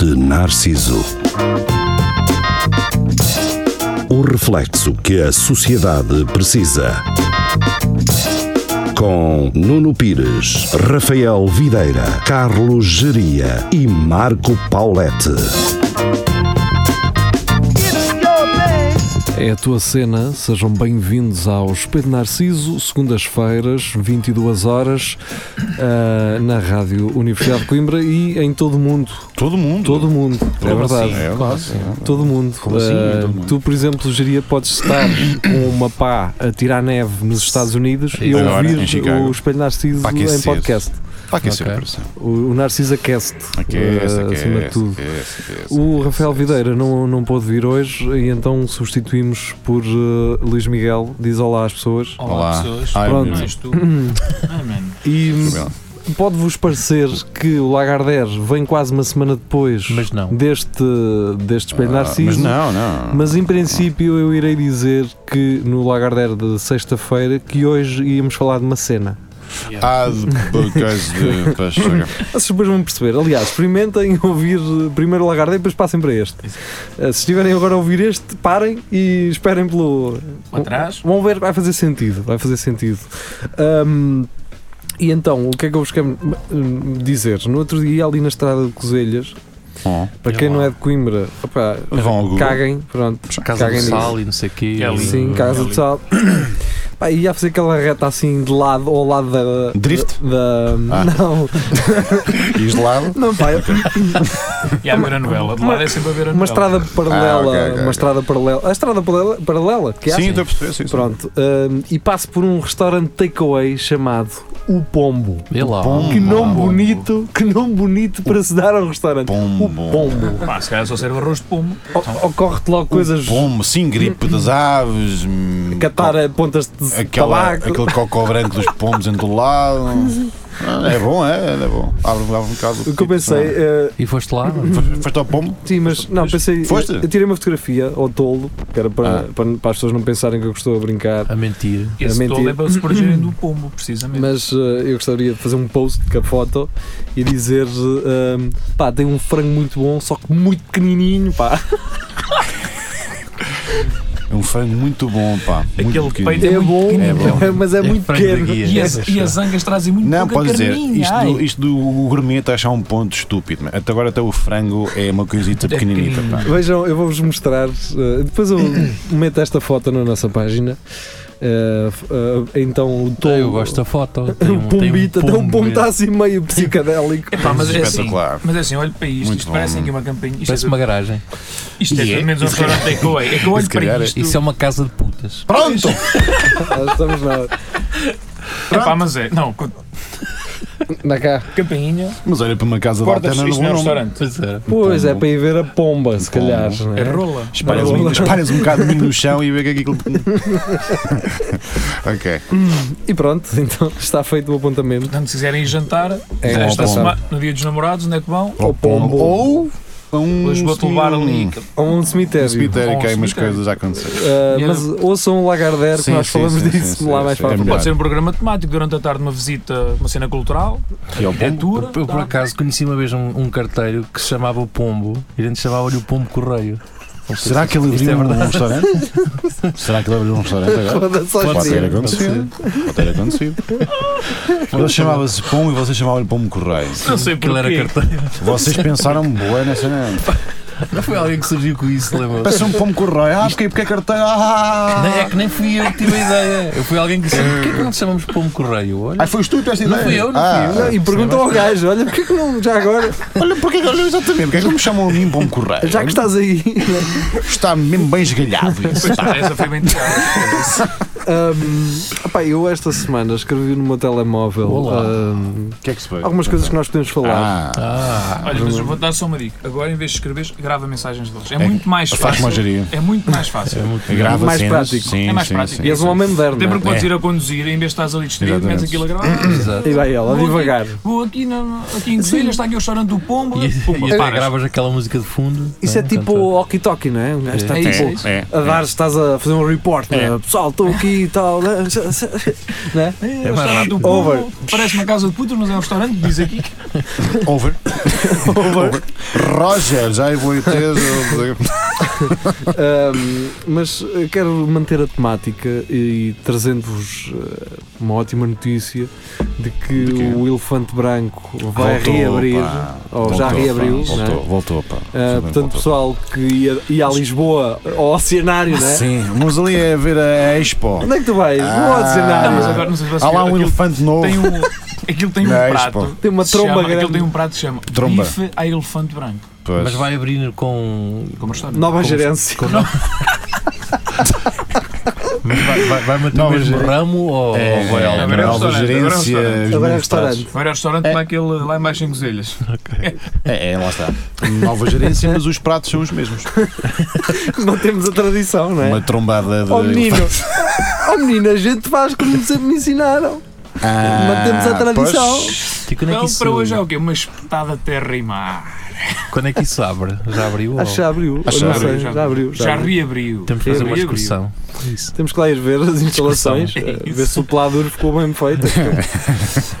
de Narciso. O reflexo que a sociedade precisa. Com Nuno Pires, Rafael Videira, Carlos Geria e Marco Paulette. É a tua cena, sejam bem-vindos ao Espelho Narciso, segundas-feiras, 22 horas, ah, na Rádio Universidade de Coimbra e em todo o mundo. Todo mundo. Todo o mundo, é verdade. Todo o mundo. assim? Ah, Todo mundo. Tu, por exemplo, geria, podes estar com uma pá a tirar neve nos Estados Unidos e Agora, em ouvir Chicago. o Espelho Narciso Pá, que é em cedo. podcast. Para aquecer Ok. a pressão. O, o Narciso aquece Aquece, acima de aquece, tudo. aquece, aquece, O aquece, Rafael aquece. Videira não, não pôde vir hoje e então substituímos por eh, Luís Miguel, diz olá às pessoas. Olá, Olá. pessoas. Ai, Pronto. Não és tu. Ai, mano. E Gabriel. hum, pode-vos parecer que o Lagardère vem quase uma semana depois Mas não. deste, deste Espelho Ah, Narciso. Mas não, não. Mas, em princípio eu irei dizer que no Lagardère de sexta-feira que hoje íamos falar de uma cena. Ah, de- por causa de. para chegar. Vocês depois vão perceber. Aliás, experimentem ouvir eh, primeiro o Lagardère e depois passem para este. Eh, Se estiverem agora a ouvir este, parem e esperem pelo, Para trás. Vão ver, vai fazer sentido, vai fazer sentido. Ahm, e então, o que é que eu vos quero hum, dizer? No outro dia, ali na estrada de Cozelhas, Bom, para É quem lá. não é de Coimbra, opá, Vão ao um Google. caguem, pronto, Casa caguem do nisso. Sal e não sei o quê. É ali. Sim, casa de sal. Pá, ia fazer aquela reta assim de lado ao lado da. Drift? Da. Ah. Não, E de lado? não, pá, E há a ver a novela. De lado é sempre a ver a novela. uma estrada paralela. Ah, ok, ok, uma ok. estrada paralela. A estrada paralela, paralela que há? Sim, estou a perceber, sim. sim. Pronto, hum, e passo por um restaurante takeaway chamado O Pombo. Vê lá. Pombo. Que nome Pombo. bonito, que nome bonito para se dar ao restaurante. Pombo. O pombo. Pá, se calhar só serve arroz de pomo. O- Ocorre-te logo coisas. Pombo, sim, gripe das aves. hum, Catar a pontas de Aquela, tabaco. aquele cocó branco dos pombos endolado. Ah, É bom, é, é bom. Abre-me abre um bocado. O que eu pensei, eh, E foste lá? Foste- Foste ao pombo? sim, mas não, pensei. Foste? Eu tirei uma fotografia ao tolo, que era para, Ah. para, para as pessoas não pensarem que eu estou a brincar. A mentir. Esse mentira. tolo é para se protegerem do pombo, precisamente. Mas eh, eu gostaria de fazer um post com a foto e dizer: eh, pá, tem um frango muito bom, só que muito pequenininho, pá. É um frango muito bom, pá. Muito Aquele pequeno. peito- É É muito bom, pequeno. mas é, muito frango da pequeno. guia. E, as, e as angas trazem muito Não, pouca podes dizer, carninha. isto, do, isto do o gourmet está a achar um ponto estúpido. mas Até agora até o frango é uma coisita É pequeninita. pá. Vejam, eu vou-vos mostrar. eh, depois eu meto esta foto na nossa página. Eh, f- eh, então o tom. Ah, eu gosto da foto. Tem O um, tem pombita, até um pombo pombo está mesmo. assim meio psicadélico. Epá, mas é assim, Espetacular. mas é assim, olho para isto, Muito isto bom. parece aqui uma campanha. Isto Parece é, uma garagem. isto é E é? pelo menos um E se calhar- restaurante takeaway. É que eu E olho se calhar para é- isto. Isso é uma casa de putas. Pronto! Nós estamos na, Epá, mas é. Não, com- na cá. campainha, Mas olha para uma casa de portas, alterna isto não não é um é bom restaurante. Pois era. Pois é, pombo. para ir ver a pomba, se pombo. calhar. não É é? rola. Espalhas um, espalhas um bocado de milho no chão e vê que aquilo. ok. E pronto, então está feito o apontamento. Portanto, se quiserem ir jantar, É Bom, esta bom. semana, no dia dos namorados, onde é que vão? Ao pombo. Ou a um. Hoje vou-te levar ali. que- A um Um cemitério. cemitério que há Ou um umas cemitério. coisas a acontecer. Ah, Yeah. mas ouçam o Lagardère, que Sim, nós sim, falamos sim, disso sim, lá mais sim, sim. para a É frente. melhor. Pode ser um programa temático, durante a tarde uma visita, uma cena cultural, E ao pombo. arquitetura. Eu, por acaso, conheci uma vez um, um carteiro que se chamava o Pombo e a gente chamava-lhe o Pombo Correio. Não sei Será se- que ele abriu isto é um verdade. restaurante? Será que ele abriu um restaurante agora? Roda só Pode Pode assim. ter ser, acontecido. Pode ter acontecido. Ele chamava-se Pão e vocês chamavam-lhe Pombo Correio. Não sei Aquilo era porquê. carteiro. Vocês pensaram boa nessa. Não foi alguém que surgiu com isso, lembra? Parece um Pombo Correio. Ah, fiquei porque é carteira. Ah! Não, É que nem fui eu que tive a ideia. Eu fui alguém que disse: porquê que não te chamamos Pombo Correio? Olha, Ai, foste tu que tiveste Não ideia? fui eu, não Ah, fui eu. E perguntam ao gajo: olha, porquê que não, já agora, Olha, porque, olha exatamente, porque é que me chamam a mim Pombo Correio? já que estás aí. Está mesmo bem esgalhado. isso. Pois está, Ah, essa foi bem tirada. Um, opá, eu esta semana escrevi no meu telemóvel Olá. um, O que é que se foi? algumas coisas que nós podemos falar. Ah, Ah, Olha, mas eu vou dar só uma dica. Agora, em vez de escreveres, grava mensagens deles. É, muito mais faz fácil. mojaria. É muito mais fácil. Grava Mais cenas. prático. Sim, É mais sim, prático. e sim. és um homem moderno. Até porque não é? podes ir a conduzir, em vez de estás ali distraído, metes Exatamente. aquilo a gravar. exato. E vai ela, Vou aqui- devagar. Vou aqui, na, aqui em Covilhas, está aqui o restaurante do Pombo. E, Pumba, e até paras. gravas aquela música de fundo. Isso é não tipo Canta- walkie-talkie, não é? Um gajo está É isso, é tipo isso. É. a dar, estás a fazer um report, não é? pessoal, estou aqui e tal. né? É, o restaurante do Over. Pombo. Parece uma casa de putas, mas é um restaurante, diz aqui. Over. Roger, já evoluiu três. Ahm, mas eh, quero manter a temática e trazendo-vos eh, uma ótima notícia de que De quê? o elefante branco vai reabrir. ou já reabriu, não Voltou, é? voltou, pá. Ah, portanto, pessoal que ia, ia a Lisboa, ao Oceanário, não é? Sim, vamos ali a ver a Expo. Onde é que tu vais? No Ah. Ah, Oceanário. mas agora não sei se vai Há lá um aquilo elefante novo. tem um, aquilo tem um é Não, prato. Tem uma que se tromba chama, grande. Aquilo tem um prato que se chama Tromba. Bife a Elefante Branco. Pois. Mas vai abrir com. Como está? Nova Como- gerência. Mas vai, vai, vai manter o Novas mesmo gerências. ramo ou, É, ou vai ao. agora é um nova restaurante, agora é um gerência. restaurante. os Agora é novos pratos. restaurante. Vai ao restaurante É. lá, aquele, lá em baixo em Gozelhas. É, é, lá está. Nova gerência, mas os pratos são os mesmos. Não temos a tradição, não é? Uma trombada de. Oh menino, oh menino, a gente faz como sempre me ensinaram. Ah, Mantemos a tradição. pois. E quando, é Não, que isso, para hoje é o quê? Uma espetada até rimar. quando é que isso abre? Já abriu? ou- Acho que já abriu. Acho que não já sei, abriu, já, já abriu. Já abriu. reabriu. Temos que fazer uma Reabriu. excursão. Isso. Temos que lá ir ver as instalações, É eh, isso. ver se o peladuro ficou bem feito.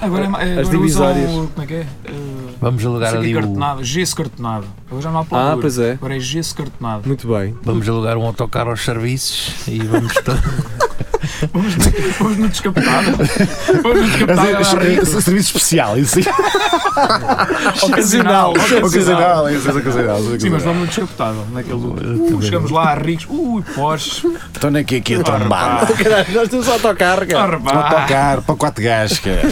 Agora, é ma- agora usam, divisórias. Como é que é? Uh, Vamos alugar sei que é ali o. cartonado, gesso cartonado. Agora já não há ah, platura. pois é. Agora é gesso cartonado. Muito bem. Vamos alugar um autocarro aos serviços e vamos. to- Vamos no- vamos no descapotado. Vamos no Mas descapotado. é- Tá lá é- é- arriba. Serviço especial, isso é. Ocasional. Ocasional, isso é ocasional. isso Sim, é mas ocasional. vamos no descapotado. Naquele luto. Uh, chegamos lá, ricos. Ui, Porsche. Então não é que aqui a trombada. Caralho, nós temos autocarro, Ah, cara. Vou rapaz. tocar para quatro gajos, cara.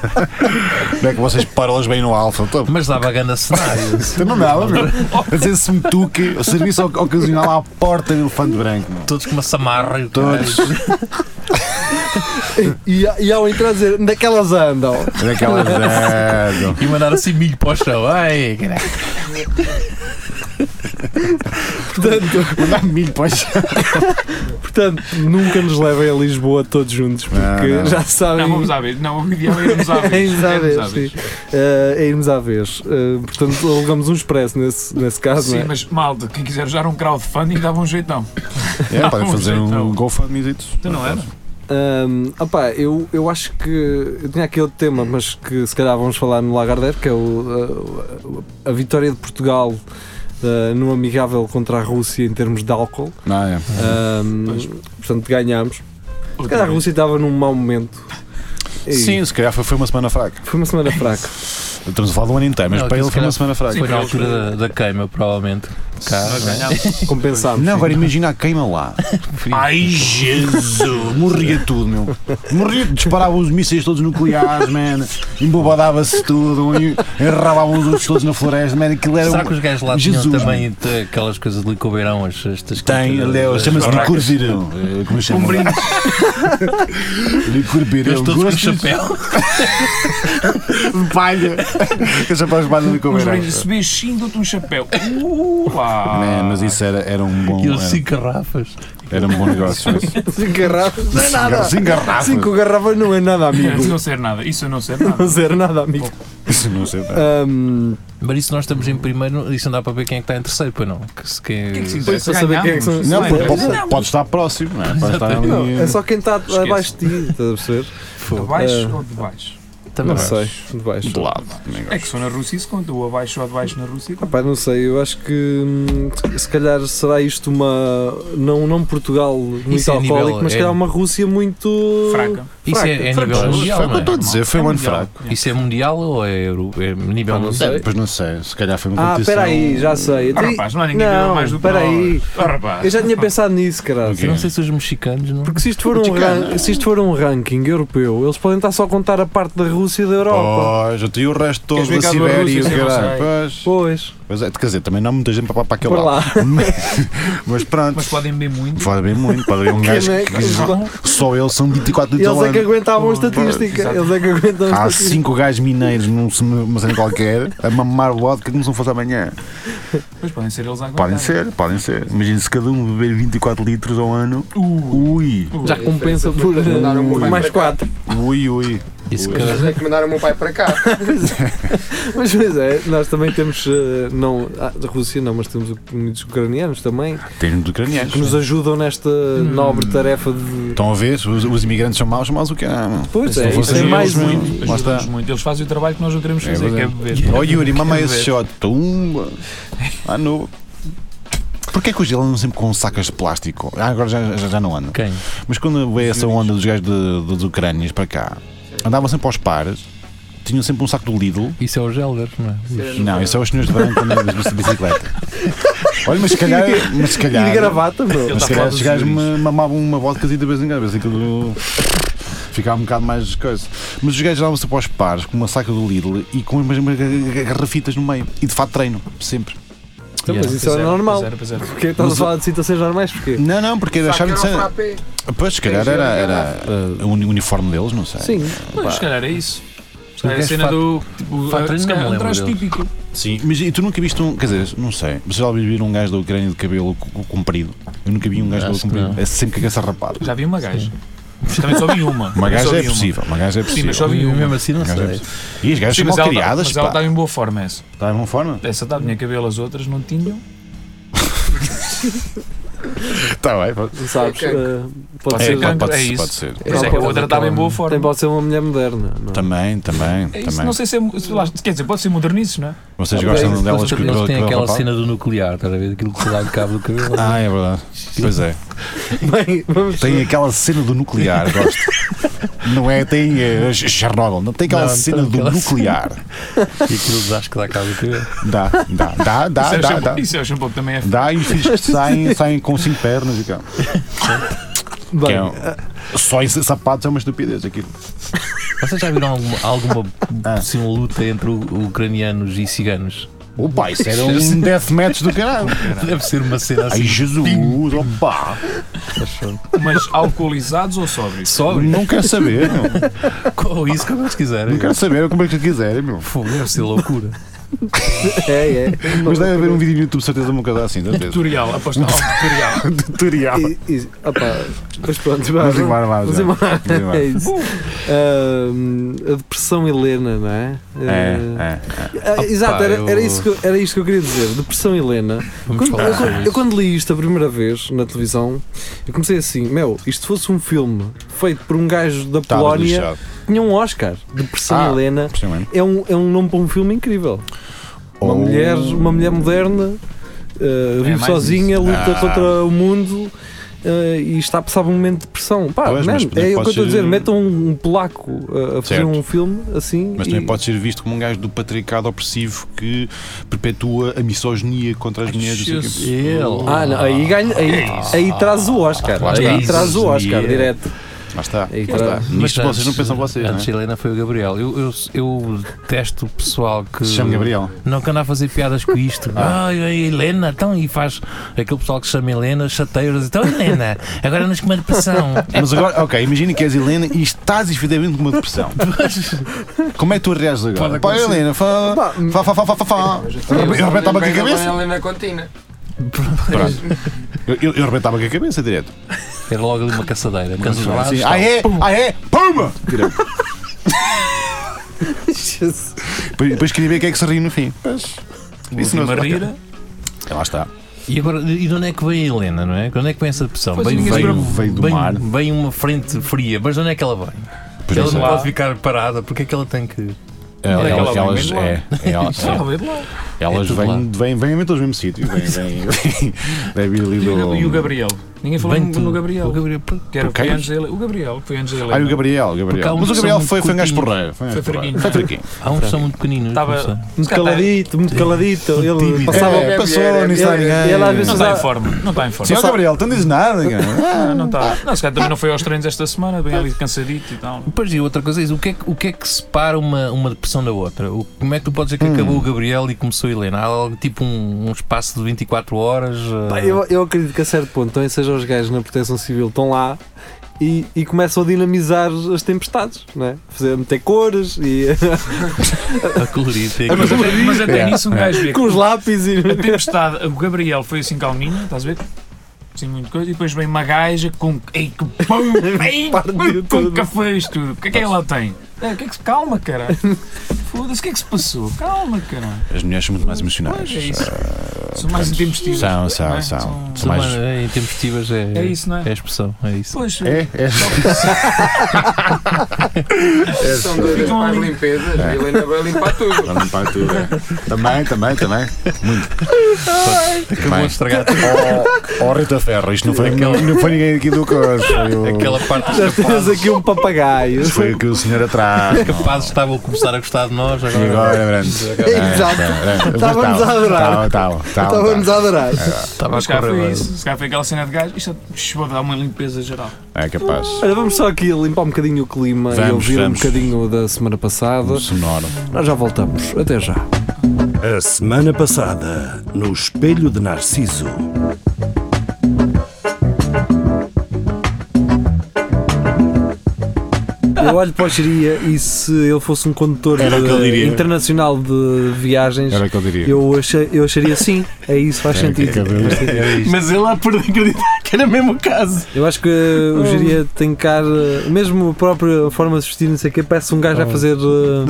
Como é que vocês parolas bem no alfa? Tô- Mas dava grande cenário. Então Não dá, meu. Mas esse metuque, o serviço oc- ocasional à porta do elefante branco, meu. Todos com uma samarra. e o Todos. caralho. E, e ao entrar dizer, onde é que elas andam? Daquela zero. E mandar assim milho para o chão. Ai, caralho. Portanto, Mandar milho para o chão. portanto, nunca nos levem a Lisboa todos juntos, porque Não, não. já sabem. Não, vamos à vez. Não, o ideal é irmos à vez. É irmos à É vez, sim. Eh, é irmos à vez. Eh, portanto, alugamos um expresso nesse, nesse caso, Sim, não é? mas malta, quem quiser usar um crowdfunding dava um jeitão. É, podem Não, fazer um então. GoFundMezito. Tu não era? Ahm, opá, eu, eu acho que eu tinha aqui outro tema, mas que se calhar vamos falar no Lagardère, que é o, eh, a, a vitória de Portugal ah, no amigável contra a Rússia em termos de álcool. Não, é. Ahm, Pois. portanto, ganhámos. Se calhar a Rússia estava num mau momento. E Sim, se calhar foi- foi uma semana fraca. Foi uma semana fraca. Estamos a falar do ano inteiro, mas Não, para que ele se foi uma semana calhar- fraca. Sim. Foi na altura da, da queima, provavelmente. Cá, Nós não é? ganhámos. Compensámos. Não, agora imagina a queima lá. Ai Jesus, morria tudo, meu. Morria, disparava os mísseis todos nucleares, man. Embobadava-se tudo, enrabavam os outros todos na floresta, man. Aquilo era. Será um- que os gajos lá Jesus, tinham também t- aquelas coisas de licobeirão, as, estas Tem, coisas- ele é- as- chama-se as- licor virão. Eh, Como chama? Um brinde. Licor Eles virão. todos com Gostas de chapéu. palha. Que chapéu de palha de licor Uns virão. brindes. Se bexinho, dou-te um chapéu. Uh, lá. Man, Ah, mas isso era, era um bom. E eles Era, cinco garrafas. era um bom negócio. esse. Cinco garrafas. Não é nada. Sem garrafas. Cinco garrafas não é nada, amigo. Isso não ser nada. Isso eu não ser Não é nada. zero nada, amigo. Isso não sei. tá. Ahm, Mas isso nós estamos em primeiro, isso não dá para ver quem é que está em terceiro, pois não? Que, se- que- que é que se Pois, interessa? para saber quem é que são- Ganhámos. Não, é pode, interessa. pode- pode estar próximo, não é? Pode estar ali. não, é só quem está abaixo de ti, estás a perceber? Abaixo Ah. ou de baixo? também Não não. é. sei, de baixo. de lado. também É gosto. que só na Rússia isso conta. O abaixo ou de baixo na Rússia conta. Rapaz, não sei, eu acho que hum, se calhar será isto uma. Não, não Portugal muito Isso é alcoólico, nível- mas se é- calhar uma Rússia muito. Fraca. Isso é, é nível Pois, mundial, Foi o que eu não estou a é? dizer, foi um ano fraco. Isso é mundial ou é, euro- é nível Ah, não mundial? sei. É, Pois não sei, se calhar foi uma Ah, competição. espera aí, já sei. Ah, Então, rapaz, não há ninguém que não, beba mais do que espera aí. nós. Ah, rapaz. eu já tinha pensado nisso, caralho. Ok. Eu Não sei se os mexicanos, não? Porque se isto, for um Mexicano. ran- se isto for um ranking europeu, eles podem estar só a contar a parte da Rússia e da Europa. Oh, já tinha o resto todo Queres ver da cá do Sibéria e Rússia, o sim, não caralho. sei. Pois, Pois, Pois é, quer dizer, também não há muita gente para, para aquele por lá. lado. Mas pronto, Mas podem beber muito. pode haver muito, pode haver um gajo é que diz, só eles são 24 de Eles é que Itália. aguentavam a estatística. Exato. Eles é que aguentavam a Há estatística. cinco gajos mineiros num sem- numa cena qualquer a mamar o vodka que não são fosse amanhã. Pois podem ser eles a aguentar. Podem ser, podem ser. Imagina se cada um beber 24 litros ao ano. Uh, Ui, uh, é, Já compensa por eh, Mandaram um mais 4. ui, ui. Isso Mas cada... é que mandaram o meu pai para cá. Mas, mas é, nós também temos, eh, não, ah, da Rússia não, mas temos muitos ucranianos também, Tem nos ucranianos. que nos ajudam nesta nobre tarefa de. Estão a ver? Os, os imigrantes são maus, são maus o que Pois é, Ah, isso não é fossem mais eles, um. não. Eles Lá está. ajudam-nos muito. Eles fazem o trabalho que nós não queremos É fazer, que é verdade. beber. Ó Yuri, mamãe esse Quero shot. Tumba. Ah, no. Porquê que os eles andam sempre com sacas de plástico? Ah, agora já, já, já não andam. Quem? Mas quando veio essa onda dos gajos de, dos ucrânias para cá, andavam sempre aos pares, tinham sempre um saco do Lidl. Isso é os Helder, não é? Não, isso é os senhores de branco quando andam de bicicleta. Olha, mas se calhar. Mas se E calhar. de gravata, meu. é Mas se calhar esses gajos me mamavam uma vodka de vez em quando, assim que eu- ficava um bocado mais coisa. Mas os gajos davam-se para os pares com uma saca do Lidl e com as mesmas ga- ga- garrafitas no meio. E de fato treino, sempre. Então, mas Yeah. isso é normal. Porque estás a Mas- falar de situações normais, porquê? Não, não, porque achavam que. Sacaram o era- frappé. Pois, se calhar era, era uh, o uni- uniforme deles, não sei. Sim, Mas se calhar é isso. Se calhar É a Porque cena fat- do. Tipo, fato a- se não me calhar é um lembro traje deles. típico. Sim, mas e tu nunca viste um. Quer dizer, não sei. Vocês já viram um gajo da Ucrânia de cabelo cu- cu- comprido? Eu nunca vi um gajo de Acho que cabelo comprido. não. É sempre com a cabeça rapada. Já vi uma gaja. Mas também só vi uma. Uma Também só gaja é vi uma. possível, uma gaja é Sim, possível. mas só vi Eu uma. mesmo assim não Gajo é sei. possível. E as gajas Sim, são mas mal ela- tá- criadas, Mas ela está pá. em boa forma essa. Está em boa forma? Essa tá está tinha cabelo, as outras não tinham. Tá Está bem, pode. sabes? Ok. eh, Pode É, ser. cancro, É, pode, é ser, isso. pode ser. Mas é que a outra estava em boa Também forma. pode ser uma mulher moderna. não é? Também, também, É isso, também. não sei se é. se lá- Quer dizer, pode ser modernices, não é? Vocês Também, gostam eles- delas que Eles têm que- aquela que- cena do nuclear, estás a ver? Aquilo que se dá de cabo do cabelo. Ah, é verdade. Pois é. Bem, vamos. Tem aquela cena do nuclear, gosto. Não é? Tem eh, Ch- Chernobyl, não tem aquela Não, cena tem do aquela nuclear. E aquilo que acho que dá cabo do cabelo. Dá, dá, dá, dá, isso, é o dá, shampoo- dá. isso é o shampoo que também é. Dá e os filhos que saem, saem com cinco pernas e cá. Que é Bem, um- ah, Só em sapatos é uma estupidez aquilo. Vocês já viram alguma, alguma Ah. possível luta entre u- ucranianos e ciganos? Opa, isso era um deathmatch do caralho. Deve ser uma cena Ai assim. Jesus, opa! Mas alcoolizados ou sóbrios? Sobre Não quero saber, meu. com isso como eles quiserem. Não quero saber como é que quiserem, meu. Fogo, deve ser loucura. é, é. Mas deve haver um vídeo no YouTube, certeza, uma coisa assim, certeza. Tutorial, aposto. há um Tutorial. Tutorial. E, e, opá, mas pronto, vá, Vamos embora, vá, vamos já. embora. Vamos embora. É isso. Ahm, a depressão Helena, não é? Ah, É, é. ah, exato, era, eu- era, isso que, eu- era isto que eu queria dizer. Depressão Helena. Vamos Quando- falar eu, quando- sobre eu isso. quando li isto a primeira vez na televisão, eu comecei assim: Meu, isto fosse um filme feito por um gajo da Estava Polónia, lixado. tinha um Oscar. Depressão Ah. Helena Impressionante. é um, é um nome para um filme incrível. Uma, Ou- mulher, uma mulher moderna eh, vive mais sozinha, luta Ah. contra o mundo eh, e está a passar por um momento de pressão. Pá, Pois, man, mas também é o que eu pode estou a dizer. ser- Metam um, um polaco eh, a fazer Certo. um filme assim. Mas e- também pode ser visto como um gajo do patriarcado opressivo que perpetua a misoginia contra as mulheres. não sei o quê. Oh. Ele. Ah, não, aí, ganha, aí, aí traz o Oscar. É Lá está. aí traz o Oscar Yeah. direto. Lá está. Lá Aí está. traz. Mas Nisto vocês não pensam vocês, não Antes é? da Helena foi o Gabriel. Eu, eu, eu detesto o pessoal que. Se chama Gabriel. Não que anda a fazer piadas com isto. Ah, e a Helena, então, e faz aquele pessoal que chama Helena, chateiros, então Helena, agora andas com uma depressão. Mas agora, ok, imagina que és Helena e estás efetivamente com uma depressão. Como é que tu reages agora? Pá, Helena, fá, Pá, fá, fá, fá, fá, fá, fá. Eu eu arrebentava com a cabeça. Ali na contina. Pronto. Eu- Eu eu arrebentava com a cabeça direto. Era É logo ali uma caçadeira. Cancelados. Assim, ah é, ah é, puma! Direto. Jesus. Depois depois queria ver quem é que se ri no fim. Mas, isso não Uma se rira. Lá está. E agora, e de onde é que vem a Helena, não é? De onde é que vem essa depressão? Pois Vem, ninguém se preocupa. Veio do vem- mar. vem uma frente fria, mas de onde é que ela vem? Pois ela é. não lá. pode ficar parada, porque é que ela tem que. Ela- É ela- aquela Elas bem é- é- Só é- não veio de lá. elas É tudo lá. vêm vêm- vêm mesmo todos do mesmo sítio. Vêm- vêm- vêm- Vem vir ali E o do. Gab- E o Gabriel? Ninguém falou Vem no, tudo. no Gabriel. O Gabriel, por- Que era, Por quem? foi antes dele. O Gabriel, que foi antes dele. Ah, e o Gabriel, o Porque há Gabriel. um Mas o que Gabriel são foi, foi um gajo curtinhos. porreiro. Foi um gajo Foi fraquinho. porreiro. Foi fraquinho. Há uns que são muito pequeninos. Estava- não sei. Muito caladito, muito caladito. Ele tímido. passava. É, passou, não está Ele- ele às ninguém. vezes- Não está em forma. Não está em Sim, forma. ó Gabriel, tu não dizes nada, cara. Ah, não está. Não, se calhar também não foi aos treinos esta semana, bem ali cansadito e tal. Pois e outra coisa é isso, o que é que, o que, é que separa uma, uma depressão da outra? O, como é que tu podes Hum. dizer que acabou o Gabriel e começou a Helena? Há algo tipo um, um espaço de 24 horas? eh, Ah. Pá, Eu, eu acredito que a certo ponto também sejam os gajos na proteção civil estão lá e, e começam a dinamizar as tempestades, não é? Fazer meter cores e a colorir? É, tem Mas até, mas até nisso um gajo vê que com os lápis e a tempestade, o Gabriel foi assim calminho, estás a ver? Assim, muito coisa. E depois vem uma gaja com. Ei, que pão! Ei, Partiu com tudo. cafés, tudo. O que é que ela tem? É, o que é que se- Calma, caralho. Foda-se, o que é que se passou? Calma, caralho. As mulheres são muito mais emocionais. Pois é isso. São mais intempestivas. São, são, não é? são. São Mais- mais- é, em tempos tivas é, É isso, não é? é a expressão, é isso. Pois, É, é. São doidas Ficam para as ali. limpezas. A Helena vai limpar tudo. Vamos para tudo. é. Também, também, também. Acabou de estragar tudo. Oh, oh, Rita Ferro, isto não foi, Aquela- não foi ninguém aqui do coisa. Foi, o- aquela parte Já dos temos capazes, aqui um papagaio. foi o que o senhor atrás. não. capazes estavam a começar a gostar de nós E agora. agora, Brando. Exato. Estávamos a adorar. Estávamos a adorar. É. Estava Tá a Mas cá correr foi bem. isso. Se cá foi aquela cena de gajo. Isto é- isto vai dar uma limpeza geral. É capaz. Olha, vamos só aqui limpar um bocadinho o clima e Vamos, ouvir vamos. um bocadinho da semana passada. Sonoro. Nós já voltamos. Até já. A semana passada, no Espelho de Narciso. Eu olho para o Xeria e se ele fosse um condutor Era o que ele de- diria. internacional de viagens, Era o que eu diria. eu, acha- eu acharia sim, é isso, faz sentido. Mas ele lá por acreditar que era mesmo o caso. Eu acho que o Xeria tem cara, mesmo a própria forma de se vestir, não sei o que, parece um gajo a fazer uh,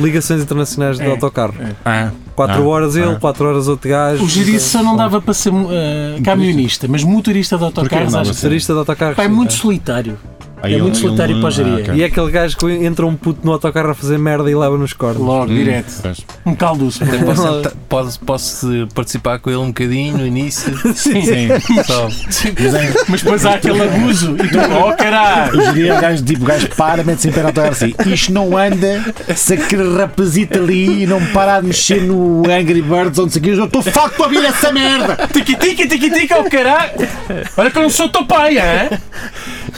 ligações internacionais de É. autocarro. Ah, 4 Ah, horas ele, ah. 4 horas outro gajo. O Jerice só não dava para ser eh, camionista, mas motorista de autocarros não acho dava que certo? seria. Motorista de autocarro. Pá, é sim, muito é. solitário. aí É ele- muito ele- soltário para a geria. Ah, ok. E é aquele gajo que entra um puto no autocarro a fazer merda e leva nos cornos. é Logo, direto. Hum, Pois. Um caldo. se for. Posso, posso, posso participar com ele um bocadinho no início? Sim. Só. Mas depois há aquele abuso e tu, oh caralho! Eu diria o gajo, tipo, o gajo para, mete sempre a autogar assim. Isto não anda se aquele rapazito ali não parar de mexer no Angry Birds ou não sei o que. Eu estou farto a ouvir essa merda. Tiki-tica, tiki-tica, oh caralho! Olha que eu não sou teu pai, é?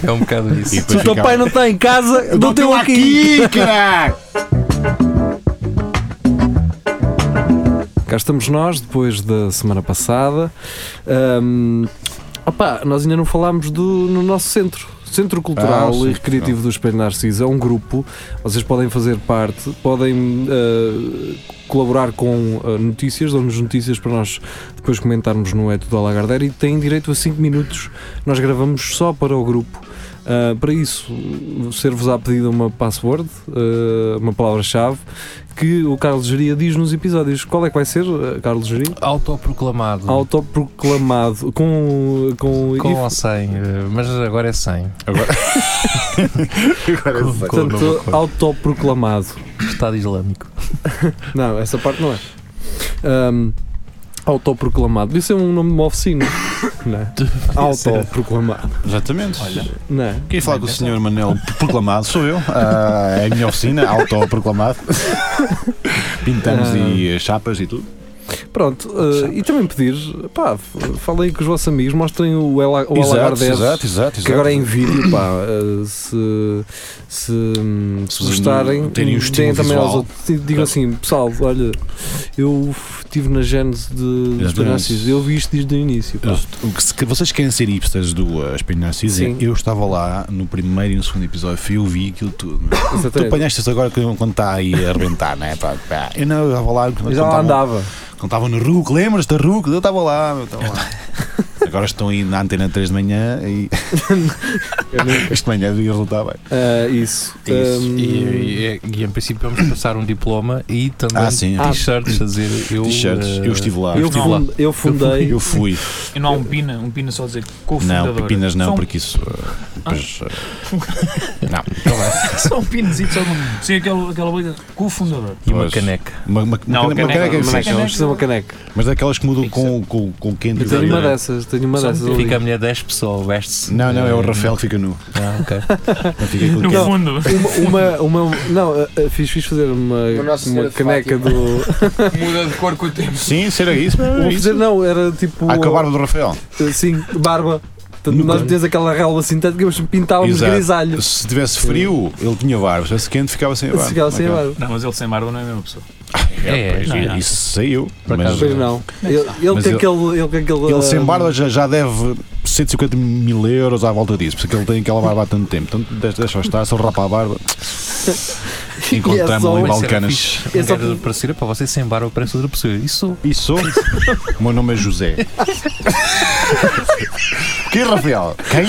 É um bocado isso. Se o teu pai não está em casa, do dou-te eu teu aqui. aqui, caralho. Cá estamos nós, depois da semana passada. Ahm, opá, nós ainda não falámos do, no nosso centro. Centro Cultural Ah, sim, e Recreativo do Espelho Narciso é um grupo, vocês podem fazer parte, podem ah, colaborar com ah, notícias, dão-nos notícias para nós depois comentarmos no É Tudo à Lagardeira e têm direito a 5 minutos, nós gravamos só para o grupo. Ah, para isso, ser-vos-á pedida uma password, ah, uma palavra-chave, que o Carlos Geria diz nos episódios. Qual é que vai ser, ah, Carlos Geria? Autoproclamado. Autoproclamado. Com. Com. Hum. com if- ou sem, eh, mas agora é sem. Com, com o novo portanto, acordo. autoproclamado. Estado Islâmico. Não, essa parte não é. Ahm, autoproclamado. Devia ser um nome de uma oficina. Não é? Autoproclamado. Exatamente. Olha. Não é? Queria falar com o senhor Manel Proclamado, sou eu. Ah, é a minha oficina, autoproclamado. Pintamos Ah. e as chapas e tudo. Pronto, eh, e também pedir, pá, f- falem com os vossos amigos, mostrem o, Ela, o Alagar 10, exato, exato, que agora é em vídeo, pá, eh, se, se, hum, se Se gostarem, terem deem um estímulo também visual. aos outros, e digam assim, pessoal, olha, eu estive na Gênese de dos Exatamente. Penácios, eu vi isto desde o início, pá. Eu- o que se- que vocês querem ser hipsters do uh, Espelho Narciso, Sim. eu estava lá no primeiro e no segundo episódio, fui eu vi aquilo tudo. meu. Tu Exatamente. apanhaste-te agora quando quando está aí a arrebentar, não é? Pá, pá. Eu não, eu estava lá quando Eu já lá quando estava- andava. quando estava no RUC, lembras-te da RUC? Eu estava lá, meu, estava lá. Agora estão aí na antena 3 de manhã e Eu nunca- este manhã devia resultar bem. Ah, isso. Hum, E, É Ahm, e- e, em princípio vamos passar um diploma e também Ah, sim. t-shirts a dizer eu, T-shirts, eh, eu ah, estive lá. eu, Não. fund- eu fundei. Eu fui. E não há um pina, um pina só dizer Não, cofundador. pepinas Só não, um- porque isso. uh, Depois, uh, não, Só um pinozito, só um. Sim, aquela, aquela coisa. Cofundador. e uma Pois. caneca. uma, uma, Não, uma caneca, uma é caneca caneca, não, sim. caneca. Vamos fazer uma caneca. mas daquelas é que mudam com, com, com quem Eu tenho uma dessas, tenho uma Só um dessas. ali. Fica a mulher 10 pessoas, veste-se. Não, não, é o eh, Rafael que fica nu. Ah, ok. Não fica aquilo No que é. fundo. Uma, uma, uma- não, eh, eh, fiz, fiz fazer uma, O Nossa uma Senhora de caneca Fátima. do. Muda de cor com o tempo. Sim, será isso? Vou Era fazer, isso. não, era tipo. Ah, com a barba do Rafael. eh, Sim, barba. Portanto, Nunca- nós tínhamos aquela relva sintética, mas pintávamos Exato. grisalho. Se tivesse frio, ele tinha barba. Se tivesse quente, ficava sem barba. Chegava sem Ok. barba. Não, mas ele sem barba não é a mesma pessoa. É, Pois, não, não. Isso saiu. Por Mas, acaso, Pois não. Ele, ele Mas tem ele- aquele. Ele, tem aquele Ele ah, sem barba já, já deve 150 mil euros à volta disso, porque ele tem aquela barba há tanto tempo. Portanto, deixa, deixa estar, se ele rapa a barba. é Encontramos-lo um em só- Balcanas. Eu Eu só- quero parecer, é para você sem barba parece outra pessoa. Isso E sou. O meu nome é José. Quem, Rafael? Quem?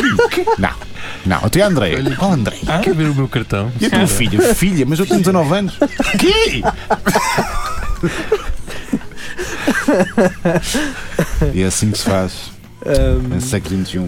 Não. Não, até André. Qual André? quer ver o meu cartão? E a tua filha? Filha, mas eu tenho 19 anos. Quê? E é assim que se faz, Ahm, no século um. XXI.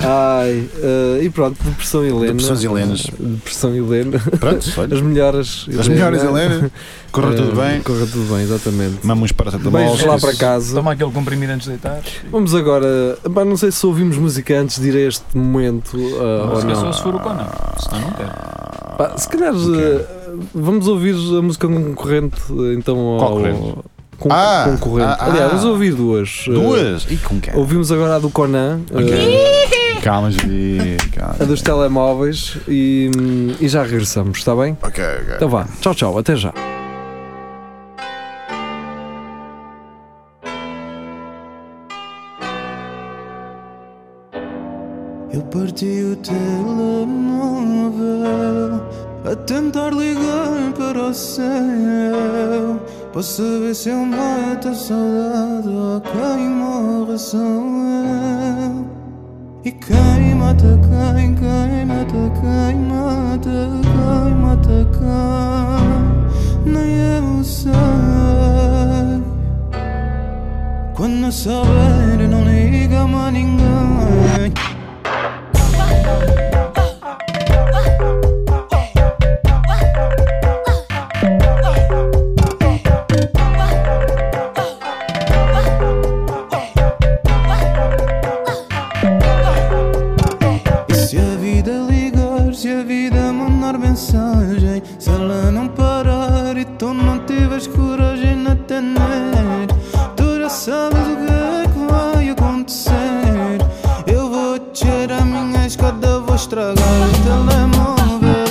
ah, ai, ah, e pronto, depressão Helena. Depressões Helenas. Depressão Helena. Pronto, olha. As melhores. As melhores, Helena. Corra tudo Ah, bem. Corra tudo bem, exatamente. Mamos para Santa Beijos lá para casa. Toma aquele comprimido antes de deitar. Vamos agora. Pá, não sei se ouvimos música antes de ir a este momento ah, ou Música só não. se for o Conan. Senão não quero. Pá, se calhar ah, vamos ouvir a música de um concorrente, ah, então. ao- Concorrente. Con- Ah, concorrente. ah, ah. Aliás, vamos ouvir duas. Ah, Duas? E com quem? Ouvimos agora a do Conan, Ok. Calma, Júlio. Então, ah, a dos telemóveis e, hum, e já regressamos, está bem? Ok, ok. Então vá, tchau, tchau, até já. Eu parti o telemóvel a tentar ligar para o céu para saber se eu mato a saudade ou quem morre sou eu. E quem mata quem, quem mata quem, mata quem, mata quem, nem eu sei. Quando souber, não liga mais a ninguém. E se a vida ligar, se a vida mandar mensagem, se ela não parar e tu não tiveres coragem na atender, tu já sabes o que é que vai acontecer. Eu vou tirar a minha escada, vou estragar o telemóvel,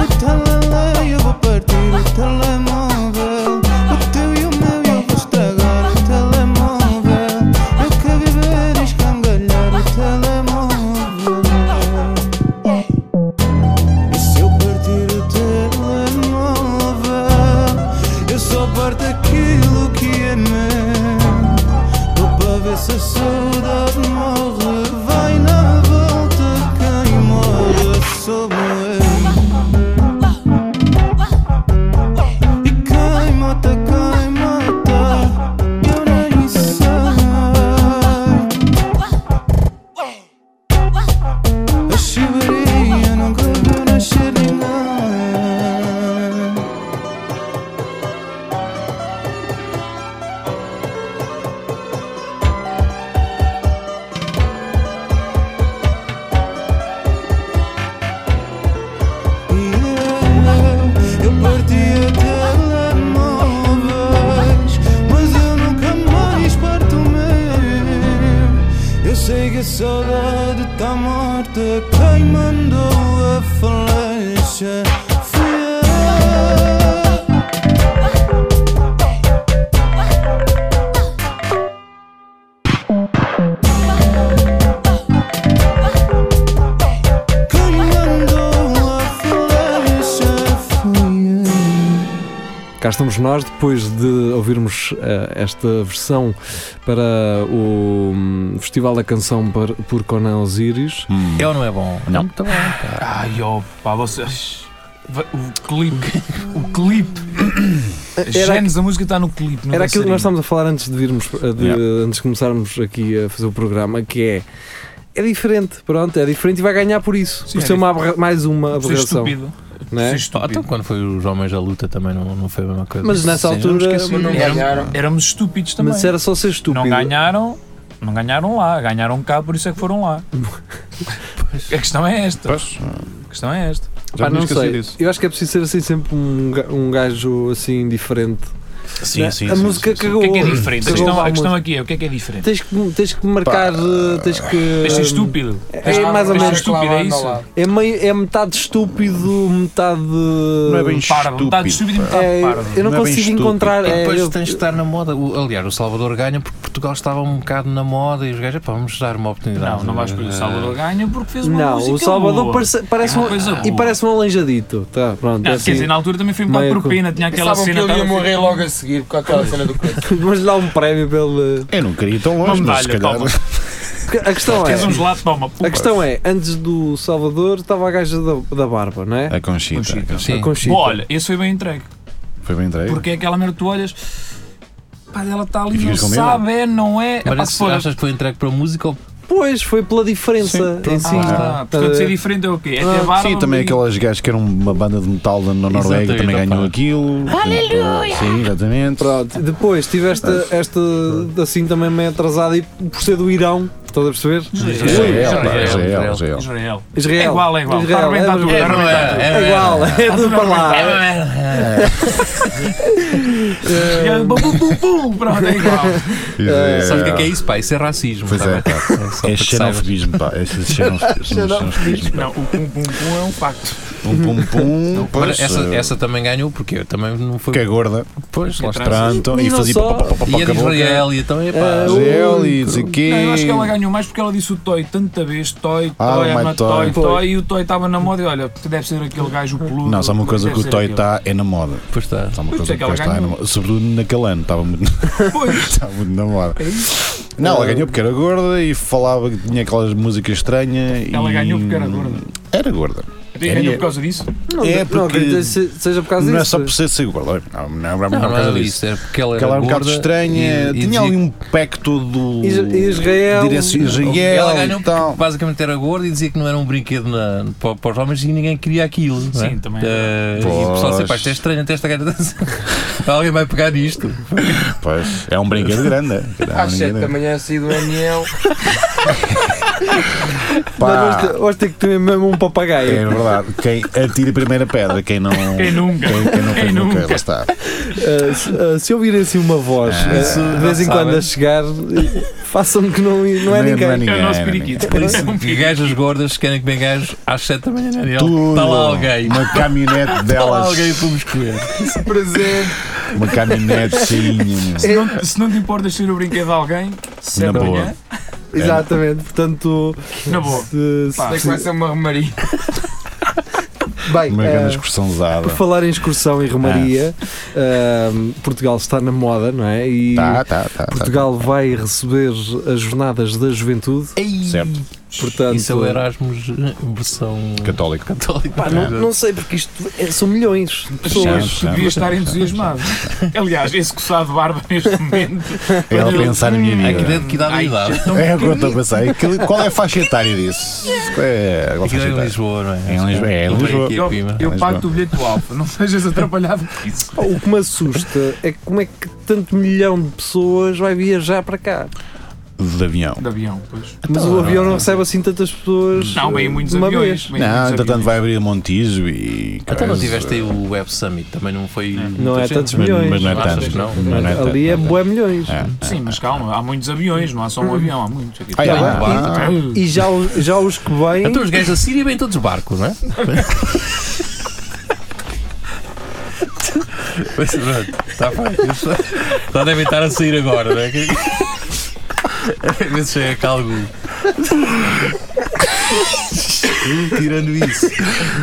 o telemóvel, eu vou partir o telemóvel, o teu e o meu eu vou estragar o telemóvel, eu quero viver e escangalhar o telemóvel. E se eu partir o telemóvel, eu só parto aquilo que é meu. Tô para ver se a saudade morre. Vai na volta, quem morre sou eu. E quem mata, quem mata, eu nem sei. A chibaria nunca viu nascer ninguém E eu, eu partia telemóveis Mas eu nunca mais parto o meu Eu sei que a saudade tá morta Quem mandou a flecha fui eu Quem mandou a flecha fui eu Cá estamos nós, depois de ouvirmos eh, esta versão para o hum, Festival da Canção por, por Conan Osiris. Hum. É ou não é bom? Não. Tá bom, pá. Ai, ó, pá, vocês. Va- O clipe. O clipe. A Era- Gênesis da música está no clipe. não na Era aquilo que nós seringa. estávamos a falar antes de virmos, eh, de- Yeah. antes de começarmos aqui a fazer o programa, que é. É diferente, pronto, é diferente e vai ganhar por isso. Sim, por é ser uma aberra- mais uma Sou aberração. estúpido. não Sou é? Ah, então estúpido. quando foi os homens à luta também não, não foi a mesma coisa. Mas nessa Sim, altura- não me esqueci. mas não- é, Era- Ganharam. Éramos estúpidos também. Mas era só ser estúpido. Não ganharam. Não ganharam lá, ganharam cá, por isso é que foram lá. A questão é esta. Pois, A questão é esta. já Pá, me não esqueci sei. disso. Eu acho que é preciso ser assim sempre um, ga- um gajo assim diferente Sim, sim, a sim, música sim, sim. cagou. O que é que é diferente? A Cagou questão, lá a questão música. aqui é o que é que é diferente? Tens que, tens que marcar. eh, Tens que. Deixa estúpido. É mais ou Deixa menos. estúpido, é isso? É, meio, é metade estúpido, metade. Não um é bem Para, metade estúpido. estúpido e metade É, parvo. eu não, Não é bem consigo estúpido. encontrar. E é, depois eu- tens de estar na moda. O- aliás, o Salvador ganha porque Portugal estava um bocado na moda e os gajos, pá, vamos dar uma oportunidade. Não, não vais escolher o Salvador ganha porque fez uma não, música o Salvador boa. parece, parece É uma um, coisa e boa. parece um alanjadito. Tá, pronto, Não, é quer assim. dizer, na altura também foi um bocado Meio por pena, tinha aquela Pensavam que cena. ele ia estava- assim, morrer logo a seguir com aquela cena do coisa. Mas lhe dá um prémio pelo. Eu não queria ir tão Uma longe, mas se medalha, calhar. palma. Porque A questão é. Queres uns lados, um toma. A questão é, antes do Salvador estava a gaja da, da barba, não é? A Conchita. Conchita. a Conchita. Sim. A Conchita. Bom, olha, esse foi bem entregue. Foi bem entregue. Porque é aquela merda que tu olhas. Pá, ela está E ali, não ficas com medo? sabe, é, não é. É pá, Parece se que for. achas que foi entregue para música ou Pois, foi pela diferença em é. si. Ah, tá portanto, ser diferente é o quê? É Ah, ter barba. Sim, também e- aquelas gajas que eram uma banda de metal na Noruega Exato, também exato. ganhou aquilo. Aleluia! Sim, exatamente. Pronto, depois tive esta, esta assim também meio atrasada e por ser do Irão, estás a perceber? Israel, pá, Israel, Israel, Israel. Israel. Israel. Israel. É igual, é igual. Está Israel, arrebentado é tudo, está arrebentado tudo. verdade. É É igual, é Ah, tudo para lá. E aí, É, bum, bum, bum, bum, Pronto, é igual. Israel. Sabe o que é, que é isso, pá? Isso é racismo. Pois tá é, bem? pá. só É para que saibas. xenofobismo, pá. É xenofobismo, xenofobismo. Não, o pum pum pum é um facto. Um pum pum. Olha, pois, essa, eh, essa também ganhou porque eu também não foi. Que é gorda. Pois, lá está. Pronto. E não fazia só. pá, pá, pá, pá, E é de com a boca. Israel e então é É, pá. Israel e não sei o quê. Não, eu acho que ela ganhou mais porque ela disse o Toy tanta vez, Toy, Ah, Toy, o ama Mike Toy, Toy. Toy, e o Toy estava na moda e olha, deve ser aquele gajo peludo. Não, só uma coisa que deve o ser Toy aquele. está é na moda. Pois tá. está. Só uma Pois, coisa é que que o ela Toy está é na ganhou. moda. Sobretudo naquele ano, estava muito Pois, Está muito na moda. Não, ela ganhou porque era gorda e falava que tinha aquelas músicas estranhas. Ela e- ganhou porque era gorda. Era gorda. tem ganho por causa disso. Não, É, não porque- acredito que se- seja por causa Não é disso. só por ser, ser gorda. olha, Não, não, não, é por Não, não causa era disso. isso, era porque ela Porque era, ela era um bocado gorda estranha, e- e tinha dizia- ali um pack todo. Is- Israel. Direção Israel Ela ganhou e porque tal. basicamente era gorda e dizia que não era um brinquedo na- para, para os homens e ninguém queria aquilo. não é? Sim, também. Eh, e o pessoal disse: pá, isto é estranho, até esta gaja. Alguém vai pegar nisto. Pois, é um brinquedo grande. é. É um Às 7 brinquedo da manhã saí do Daniel. Mas Pá, hoje te- Hoje tem que ter mesmo um é papagaio. verdade. Quem atira a primeira pedra, quem não. Quem nunca? Quem, quem não fez Quem nunca. nunca? Lá está. Uh, se, uh, se ouvirem assim uma voz Ah, uh, isso de vez em já quando sabem. a chegar, uh, façam-me que não, não é ninguém. Não é É o nosso ninguém, periquito. Por isso é um E periquito. gajas gordas querem comer gajos às 7 da manhã, Daniel. Tudo. Está tá lá alguém. Uma caminhonete Está lá delas. alguém para nos comer. Presente. Uma caminhonete cheinha. meu. Se não, se não te importas ser o brinquedo de alguém, se é Na da boa. manhã, Exatamente, portanto, na boa. se- se- Pá, Até é que vai ser uma remaria. bem, Uma uh, grande excursão usada. por falar em excursão e romaria, uh, Portugal está na moda, não é? E Tá, tá, tá. tá. Portugal vai receber as Jornadas da Juventude, Certo. portanto. Isso é o Erasmus eh, versão Católico. católica. Pá, não, não sei, porque isto é- são milhões de pessoas. Tu devias estar entusiasmado. Aliás, esse coçado de barba neste momento. É a pensar na minha É que vida. dentro que dá a Ai, idade. tão É o que eu estou a pensar. É que- Qual é a faixa etária disso? Qual é a Aquilo faixa é em etária? Lisboa, não É em Lisboa. É em Não vem Lisboa. aqui a Coimbra. Eu Mas pago-te bom. o bilhete do Alfa, não sejas atrapalhado com isso. O que me assusta é como é que tanto milhão de pessoas vai viajar para cá. De avião. De avião, pois. Mas o avião não recebe assim tantas pessoas. Não, bem eh, muitos de uma aviões. vez. bem muitos Não, entretanto aviões. vai abrir Montijo e. Até Então não coisa. tiveste aí o Web Summit, também não foi. Não é tantos Mas, milhões. mas não é Achas tanto. que não? Mas não é tanto, Ali é não boé milhões. É. Sim, mas calma, há muitos aviões, não há só Hum. um avião, há muitos. aqui. Ah, é, Não, ah, não. ah, E já, o- já os que vêm. Então os gajos da Síria vêm todos de barco, não é? Mas pronto, está Tá bem. Eles só- Só devem estar a sair agora, não é? Que- Ver se é chega cá algum. Tirando isso.